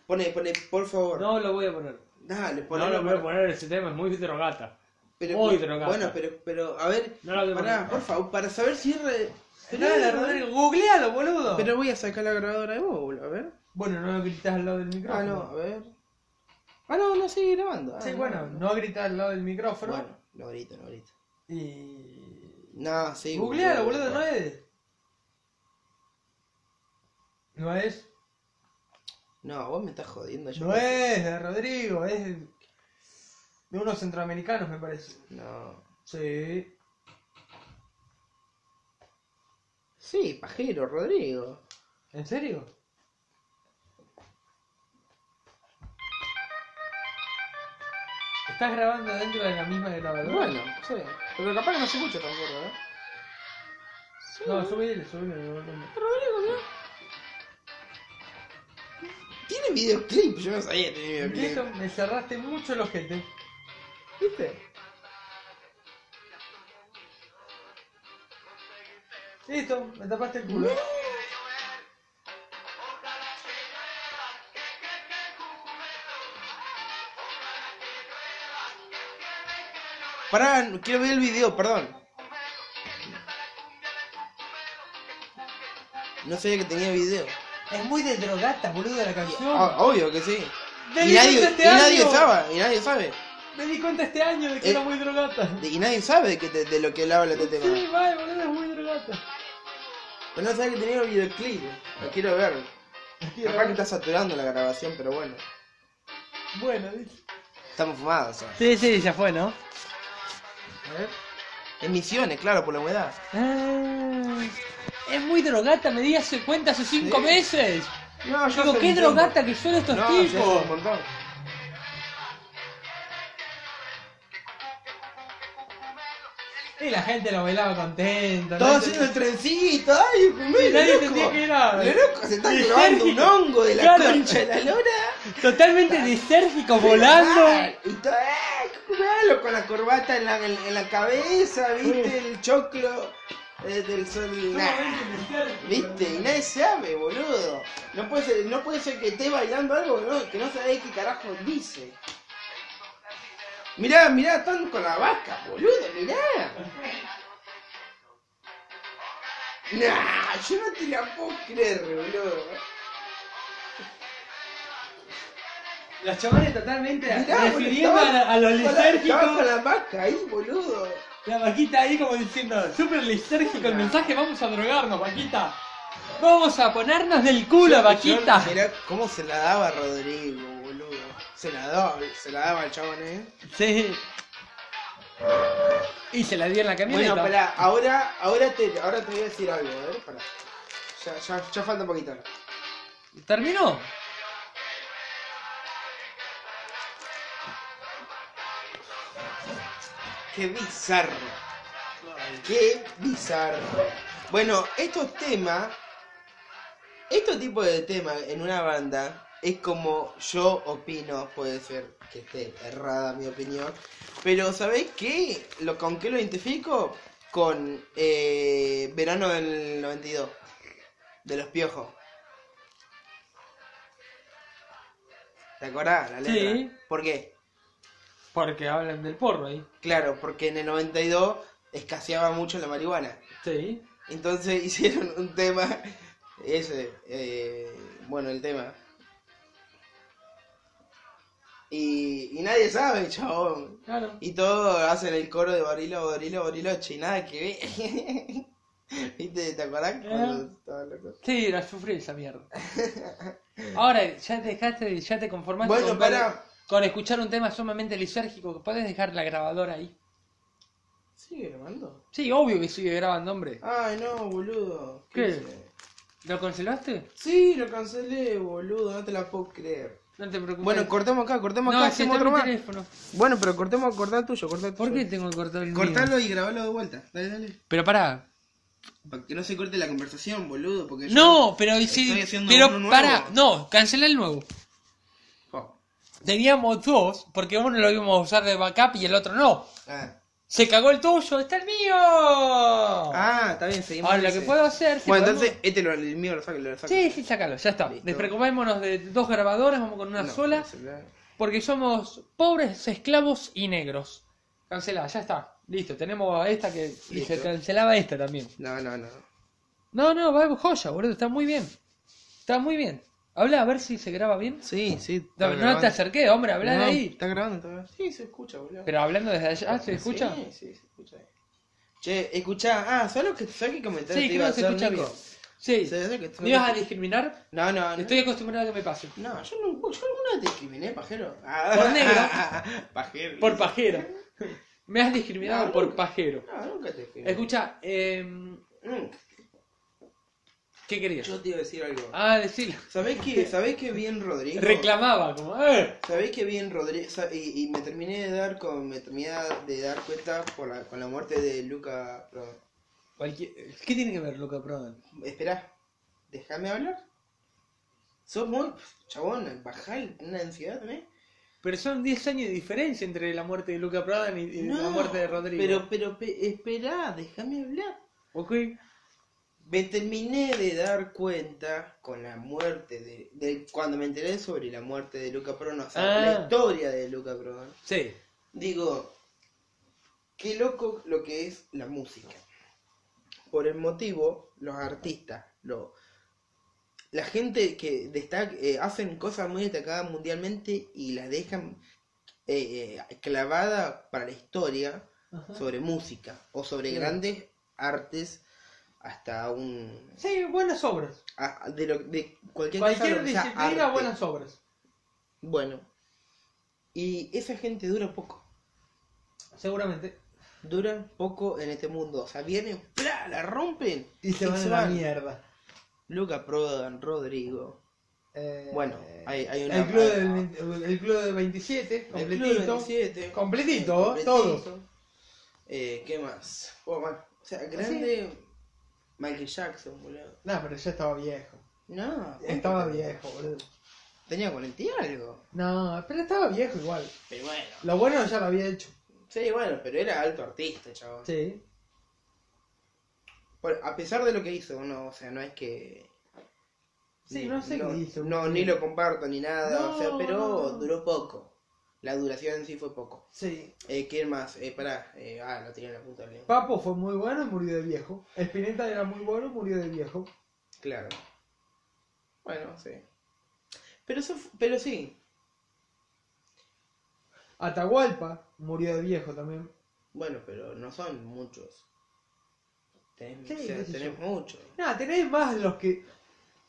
Pone, pone, por favor. No lo voy a poner. Dale, No ponelo, lo voy para- a poner ese tema, es muy drogata. Pero, muy drogata. Bueno, pero, pero, a ver, No lo voy a pará, poner. por favor, para saber si es... re- Pero, Nada, Rodrigo, googlealo, boludo. pero voy a sacar la grabadora de vos, boludo, a ver. Bueno, no lo gritás al lado del Ah, micrófono. no, a ver. Ah, no, no sigue grabando. Ah, Sí, no, bueno, no. no gritas al lado del micrófono. Bueno, no grito, no grito. Y. No, sí. Googlealo, boludo, no es. No es. No, vos me estás jodiendo. Yo No pensé- es de Rodrigo, es de de unos centroamericanos, me parece. No. Sí. Sí, pajero, Rodrigo. ¿En serio? ¿Estás grabando dentro de la misma grabadora? Bueno, sí. Pero capaz que no se escucha tampoco, ¿eh? Sí. No, subile, subile. el volumen. Rodrigo, mirá. Tiene videoclip, yo no sabía que tenía Y eso videoclip. me cerraste mucho los ojete. ¿Viste? Listo, me tapaste el culo. Pará, quiero ver el video, perdón. No sabía que tenía video. Es muy de drogata, boludo, la canción. Ah, obvio que sí. Y Delito nadie, este y nadie año. sabe, y nadie sabe. Me di cuenta este año de que Eh. era muy drogata. De- Y nadie sabe de, que te- de lo que él habla este tema. Sí, vale, boludo, es muy drogata. Pero no sabía que tenía el videoclip. Lo quiero ver. Capaz que está saturando la grabación, pero bueno. Bueno, dice. Estamos fumados. ahora. Sí, sí, ya fue, ¿no? A ver. Emisiones, claro, por la humedad. Ah, es muy drogata, me di hace cuenta hace cinco Sí. meses. No, yo Digo, soy qué un drogata chongo. que son estos No, yo soy tipos. un montón. Y la gente lo bailaba contenta. Todo ¿no? haciendo el trencito, ay, me Sí, nadie loco. entendía que era. Lo loco, se está Sí, clavando sí. un hongo de la Claro. concha de la lora. Totalmente disérgico, volando. Ay, Y todo, eh, cucumelo, con la corbata en la, en, en la cabeza, viste, el choclo eh, del sol. nah, Viste, y nadie sabe, boludo. No puede ser, no puede ser que esté bailando algo boludo, que no sabés qué carajo dice. Mirá, mirá, están con la vaca, boludo, mirá. Nah, yo no te la puedo creer, boludo. Los chavales totalmente Mirá, boludo, refiriendo estaban- a, la- a los estaban con la- estaban con lisérgicos. la vaca ahí, boludo. La vaquita ahí como diciendo, súper lisérgico el mensaje, vamos a drogarnos, vaquita. Vamos a ponernos del culo, Yo- vaquita. yo- mirá cómo se la daba Rodrigo, boludo. Se la daba, se la daba el chabón, eh. Sí. Y se la dio en la camioneta. Bueno, pará, ahora, ahora te, ahora te voy a decir algo, a ver, pará. Ya, ya, ya falta un poquito. ¿Terminó? Qué bizarro. Qué bizarro. Bueno, estos temas, estos tipos de temas en una banda es como yo opino, puede ser que esté errada mi opinión, pero ¿sabés qué? Lo, ¿Con qué lo identifico? Con eh, verano del 92, de los piojos. ¿Te acordás la Sí. letra? ¿Por qué? Porque hablan del porro ahí. Claro, porque en el 92 escaseaba mucho la marihuana. Sí. Entonces hicieron un tema, ese, eh, bueno, el tema. Y, y nadie sabe, chabón. Claro. Y todos hacen el coro de Barilo, Barilo, Bariloche y nada que ver. ¿Viste? ¿Te acordás? Cuando estaba loco. Sí, la sufrí esa mierda. Ahora, ya dejaste, ya te conformaste Bueno, con, pará. con escuchar un tema sumamente lisérgico. ¿Puedes dejar la grabadora ahí? ¿Sigue grabando? Sí, obvio que sigue grabando, hombre. Ay, no, boludo. ¿Qué? hice? ¿Lo cancelaste? Sí, lo cancelé, boludo. No te la puedo creer. No te preocupes. Bueno, cortemos acá, cortemos no, acá, si hacemos está otro mi más. teléfono. Bueno, pero cortemos, cortá el tuyo, cortá el tuyo. ¿Por qué tengo que cortar el mío? Cortalo y grabalo de vuelta. Dale, dale. Pero pará. Para que no se corte la conversación, boludo. Porque yo- No, pero y Estoy si. haciendo uno Pero nuevo. pará. No, cancela el nuevo. Oh. Teníamos dos, porque uno lo íbamos a usar de backup y el otro no. Ah. Se cagó el tuyo, está el mío. Ah, está bien, seguimos. Ahora, lo ese. que puedo hacer. si Bueno, podemos- entonces, este lo, el mío lo saco, lo saco. Sí, sí, sácalo, ya está. Listo. Despreocupémonos de dos grabadoras, vamos con una No, sola, el celular. porque somos pobres, esclavos y negros. Cancelá, ya está. Listo, tenemos a esta que y Listo. se cancelaba esta también. No, no, no. No, no, va joya, boludo, está muy bien. Está muy bien. Habla a ver si se graba bien. Sí, sí. No, está no grabando. te acerqué, hombre, habla de No, ahí. Está grabando, está grabando. Sí, se escucha, boludo. Pero hablando desde allá, ah, ¿se escucha? Sí, sí, se escucha. Che, escuchá. Ah, ¿sabes lo que, ¿sabes qué comentario Sí, te creo iba a que se hacer, escucha bien. Nico? Sí. ¿Sabés lo que te- ¿Me ibas a discriminar? No, no, no. Estoy acostumbrado a que me pase. No, yo, no, yo alguna vez discriminé, pajero. Por negro. pajero. Por pajero. Me has discriminado No, por nunca. pajero. No, nunca te discriminé. Escucha, eh, Nunca. ¿qué querías? Yo te iba a decir algo. Ah, decilo. ¿Sabés que, ¿Sabés que bien Rodrigo? Reclamaba, como, ¡eh! ¿Sabés que bien Rodrigo? sa- Y, y me terminé de dar con, me terminé de dar cuenta por la, con la muerte de Luca. Prodan. Cualquier- ¿Qué tiene que ver Luca Prodan? Esperá, déjame hablar. Sos muy chabón, bajá una ansiedad, ¿eh? Pero son 10 años de diferencia entre la muerte de Luca Prodan y, y la muerte de Rodrigo. Pero, pero, pe- esperá, déjame hablar. Ok. Me terminé de dar cuenta con la muerte de, de- cuando me enteré sobre la muerte de Luca Prodan, o sea, Ah. la historia de Luca Prodan. Sí. Digo, qué loco lo que es la música. Por el motivo, los artistas, lo, la gente que destaca, eh, hacen cosas muy destacadas mundialmente y las dejan eh, eh, clavada para la historia sobre música o sobre Claro. grandes artes hasta un Sí, buenas obras. a- de, lo- de cualquier, cosa, Cualquier lo que sea disciplina, arte. buenas obras. Bueno, Y esa gente dura poco. Seguramente. Duran poco en este mundo. O sea, vienen, ¡plá! la rompen. Y se van a la mierda. Luca Prodan, Rodrigo. Eh, Bueno, hay, hay una. el, club hay- del, 20 el club del 27, el completito. Club 27, completito, completito. todos. Eh, ¿Qué más? Oh, man, O sea, grande. Michael Jackson, boludo. No, pero ya estaba viejo. No, Estaba viejo, boludo. tenía 40 y algo. No, pero estaba viejo igual. Pero bueno. Lo bueno ya lo había hecho. Sí, bueno, pero era alto artista, chabón. Sí. Bueno, a pesar de lo que hizo, no, o sea, no es que. Sí, ni- no sé qué hizo. No, ni lo comparto ni nada, o sea, No, pero no, no. duró poco. La duración en sí fue poco. Sí. Eh, ¿Quién más? Eh, pará, eh, ah, lo tenía en la punta del lengua. Papo fue muy bueno y murió de viejo. Espineta era muy bueno y murió de viejo. Claro. Bueno, sí. Pero, eso, fu- pero sí, Atahualpa murió de viejo también. bueno, pero no son muchos. Tenés, Sí, o sea, qué sé tenés yo. muchos. Nada, tenés más los que.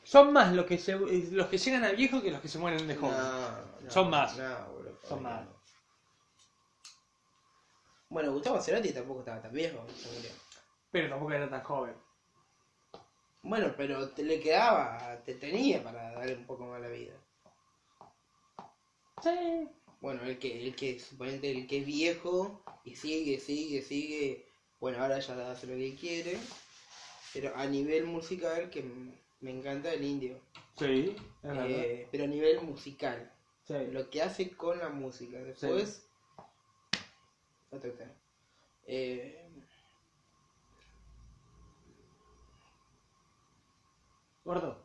Son más los que, se- los que llegan a viejo que los que se mueren de joven. No, no, Son más. no, boludo, Son más. Bueno, Gustavo Cerati tampoco estaba tan viejo. se murió. Pero tampoco era tan joven. Bueno, pero te le quedaba, te tenía para darle un poco más la vida. Sí. Bueno, el que, el que, suponente, el que es viejo y sigue, sigue, sigue. Bueno, ahora ya hace lo que quiere. Pero a nivel musical, que m- me encanta el indio. Sí. es verdad. Eh, pero a nivel musical, Sí. lo que hace con la música. Después, otro tema. Eh, Gordo.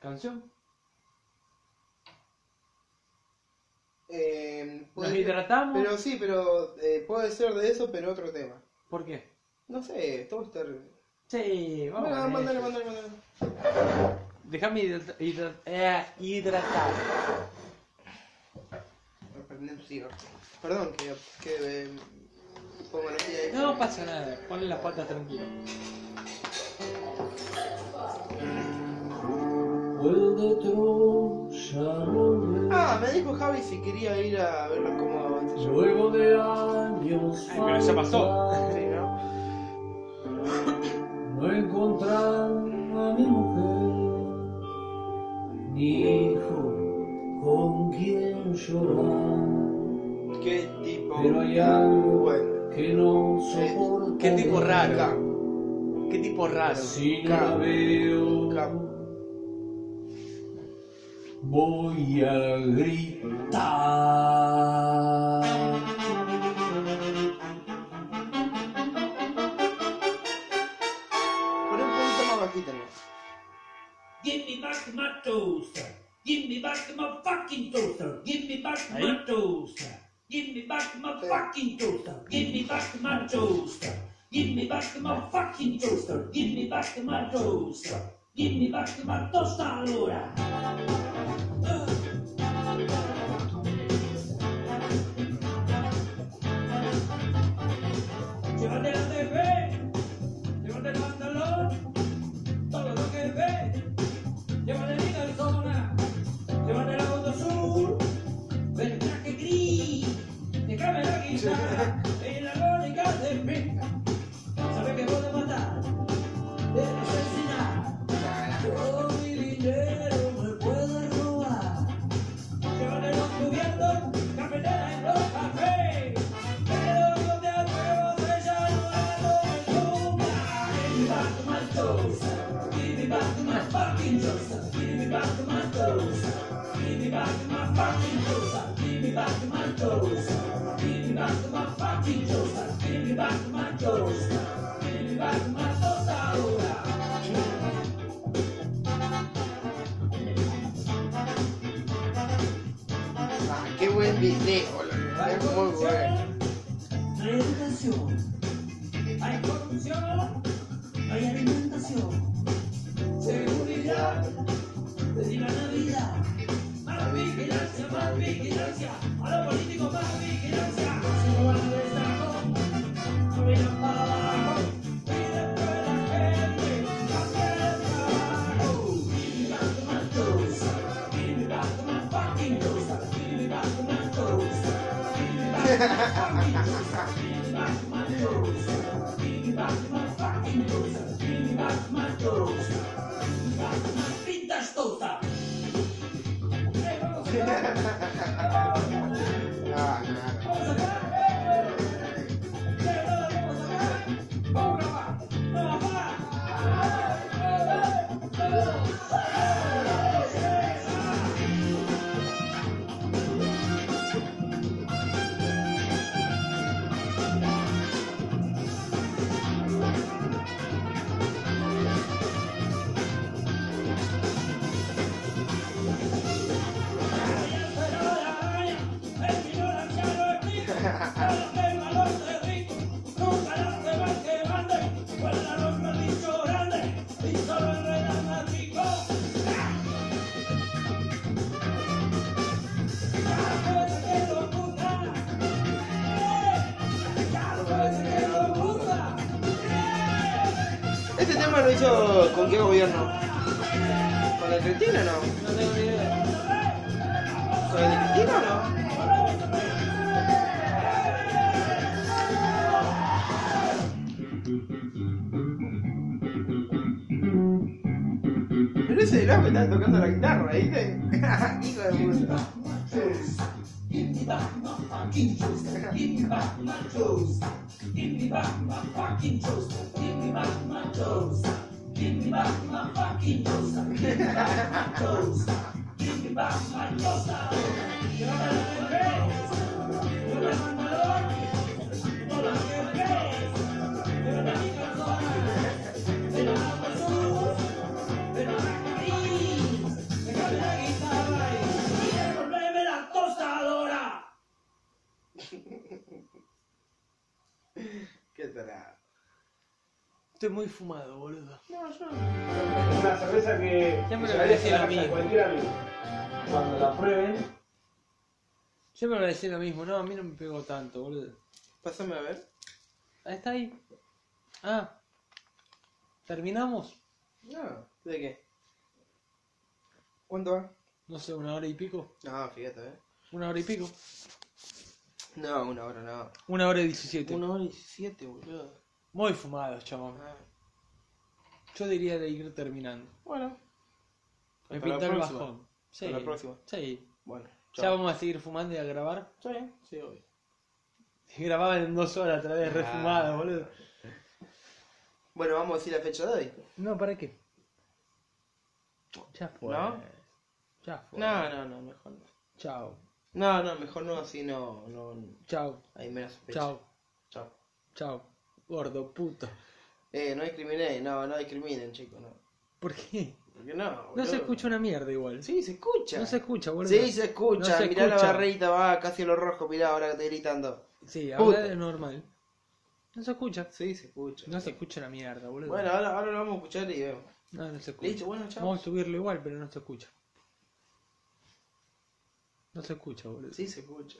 ¿Canción? eh, ¿Nos puede- hidratamos? pero sí, pero eh, puede ser de eso, pero otro tema. ¿Por qué? No sé, todo está. re- Sí, vamos Bueno, con mandale, eso. mandale, mandale. Déjame hidra- hidra- eh, hidratar. Me prendí un cigarro. Perdón que, que eh, pongo la silla ahí. No pasa nada, ponle las patas tranquilo. Ah, me dijo Javi si quería ir a verlos cómo avanza yo. Ay, pero ya pasó. Sí, ¿no? No encontrar a mi mujer, ni hijo con quien llorar. Qué tipo. Pero hay algo Bueno. que no soporto. Qué tipo Acá. raro. Qué tipo raro. Si no la veo, Acá. voy a gritar. Pon un poquito más bajito, ¿no? Give me back my toaster. Give me back my fucking toaster. Give me back my toaster. Give me back my fucking toaster. Give me back my toaster. Give me back my fucking toaster. Give me back my toaster. Give me back my toaster allora. Llévate la TV, llévate el pantalón, todo lo que ves. Llévate mi calzona, llévate la auto azul, el traje gris, déjame la guitarra, en la lógica de mí. Sabes que puedes matar, debes asesinar, todo mi dinero me puedes robar. Llévate los cubiertos, cafetera y los cafés, pero no te atrevo a echar Give me back to my toes. Give me back to my fucking toes. Give me back to my toes. Give me back to my fucking toes. Give me back to my toes. Give me back to my fucking toes. Give me back to my toes. Give me back to my toes ahora. Ah, qué buen video, la Es muy bueno. No hay educación, hay corrupción, hay alimentación, seguridad, desde la Navidad. Más vigilancia, más vigilancia, a los políticos más vigilancia. Si no van de saco, no miran para abajo. Miren por la gente, hacia el trabajo. Give me back to my toes, give me back to my fucking toes, Pintas tosta. Ah, Este tema lo hizo con qué gobierno? ¿Con el Cristina o no? No tengo ni idea. ¿Con el de Cristina o no? Pero ese loco está tocando la guitarra, ¿viste? Hijo de puta. Qué tarado. Estoy muy fumado, boludo. No, yo. Una cerveza que Siempre se me la decía deja lo a mismo. cualquier amigo. Cuando la prueben, Siempre me decía lo mismo, no, a mí no me pegó tanto, boludo. Pásame a ver. Ahí está ahí. Ah. ¿Terminamos? No. ¿De qué? ¿Cuánto va? No sé, una hora y pico. No, fíjate, eh. Una hora y pico. No, una hora no. Una hora y diecisiete. Una hora y siete, boludo. Muy fumados, chabón. Ah, Yo diría de ir terminando. bueno. Hasta Me la pinta el próxima. bajón. Sí. la próxima. Sí. Bueno. Ya vamos a seguir fumando y a grabar. Está bien, sí, obvio. Grababan en dos horas a través de Ah. refumado, boludo. Bueno, vamos a decir la fecha de hoy. No, ¿para qué? Ya fue. ¿No? Ya fue. No, no, no, mejor no. Chao. No, no, mejor no, así no. no Chao. hay menos sospecha. Chao. Chao. Chao. Gordo puto. Eh, no discriminen, no, no discriminen, chicos, no. ¿Por qué? Porque no. No se boludo. escucha una mierda igual. Sí, se escucha. No se escucha, boludo. Sí, se escucha. No se mirá la escucha. barrita, va casi a lo rojo, mirá ahora que estoy gritando. Sí, Puto. habla de normal. No se escucha. Sí, se escucha. No se escucha la mierda, boludo. Bueno, ahora, ahora lo vamos a escuchar y vemos. no, no se escucha. Listo, bueno, chao. Vamos a subirlo igual, pero no se escucha. No se escucha, boludo. Sí, se escucha.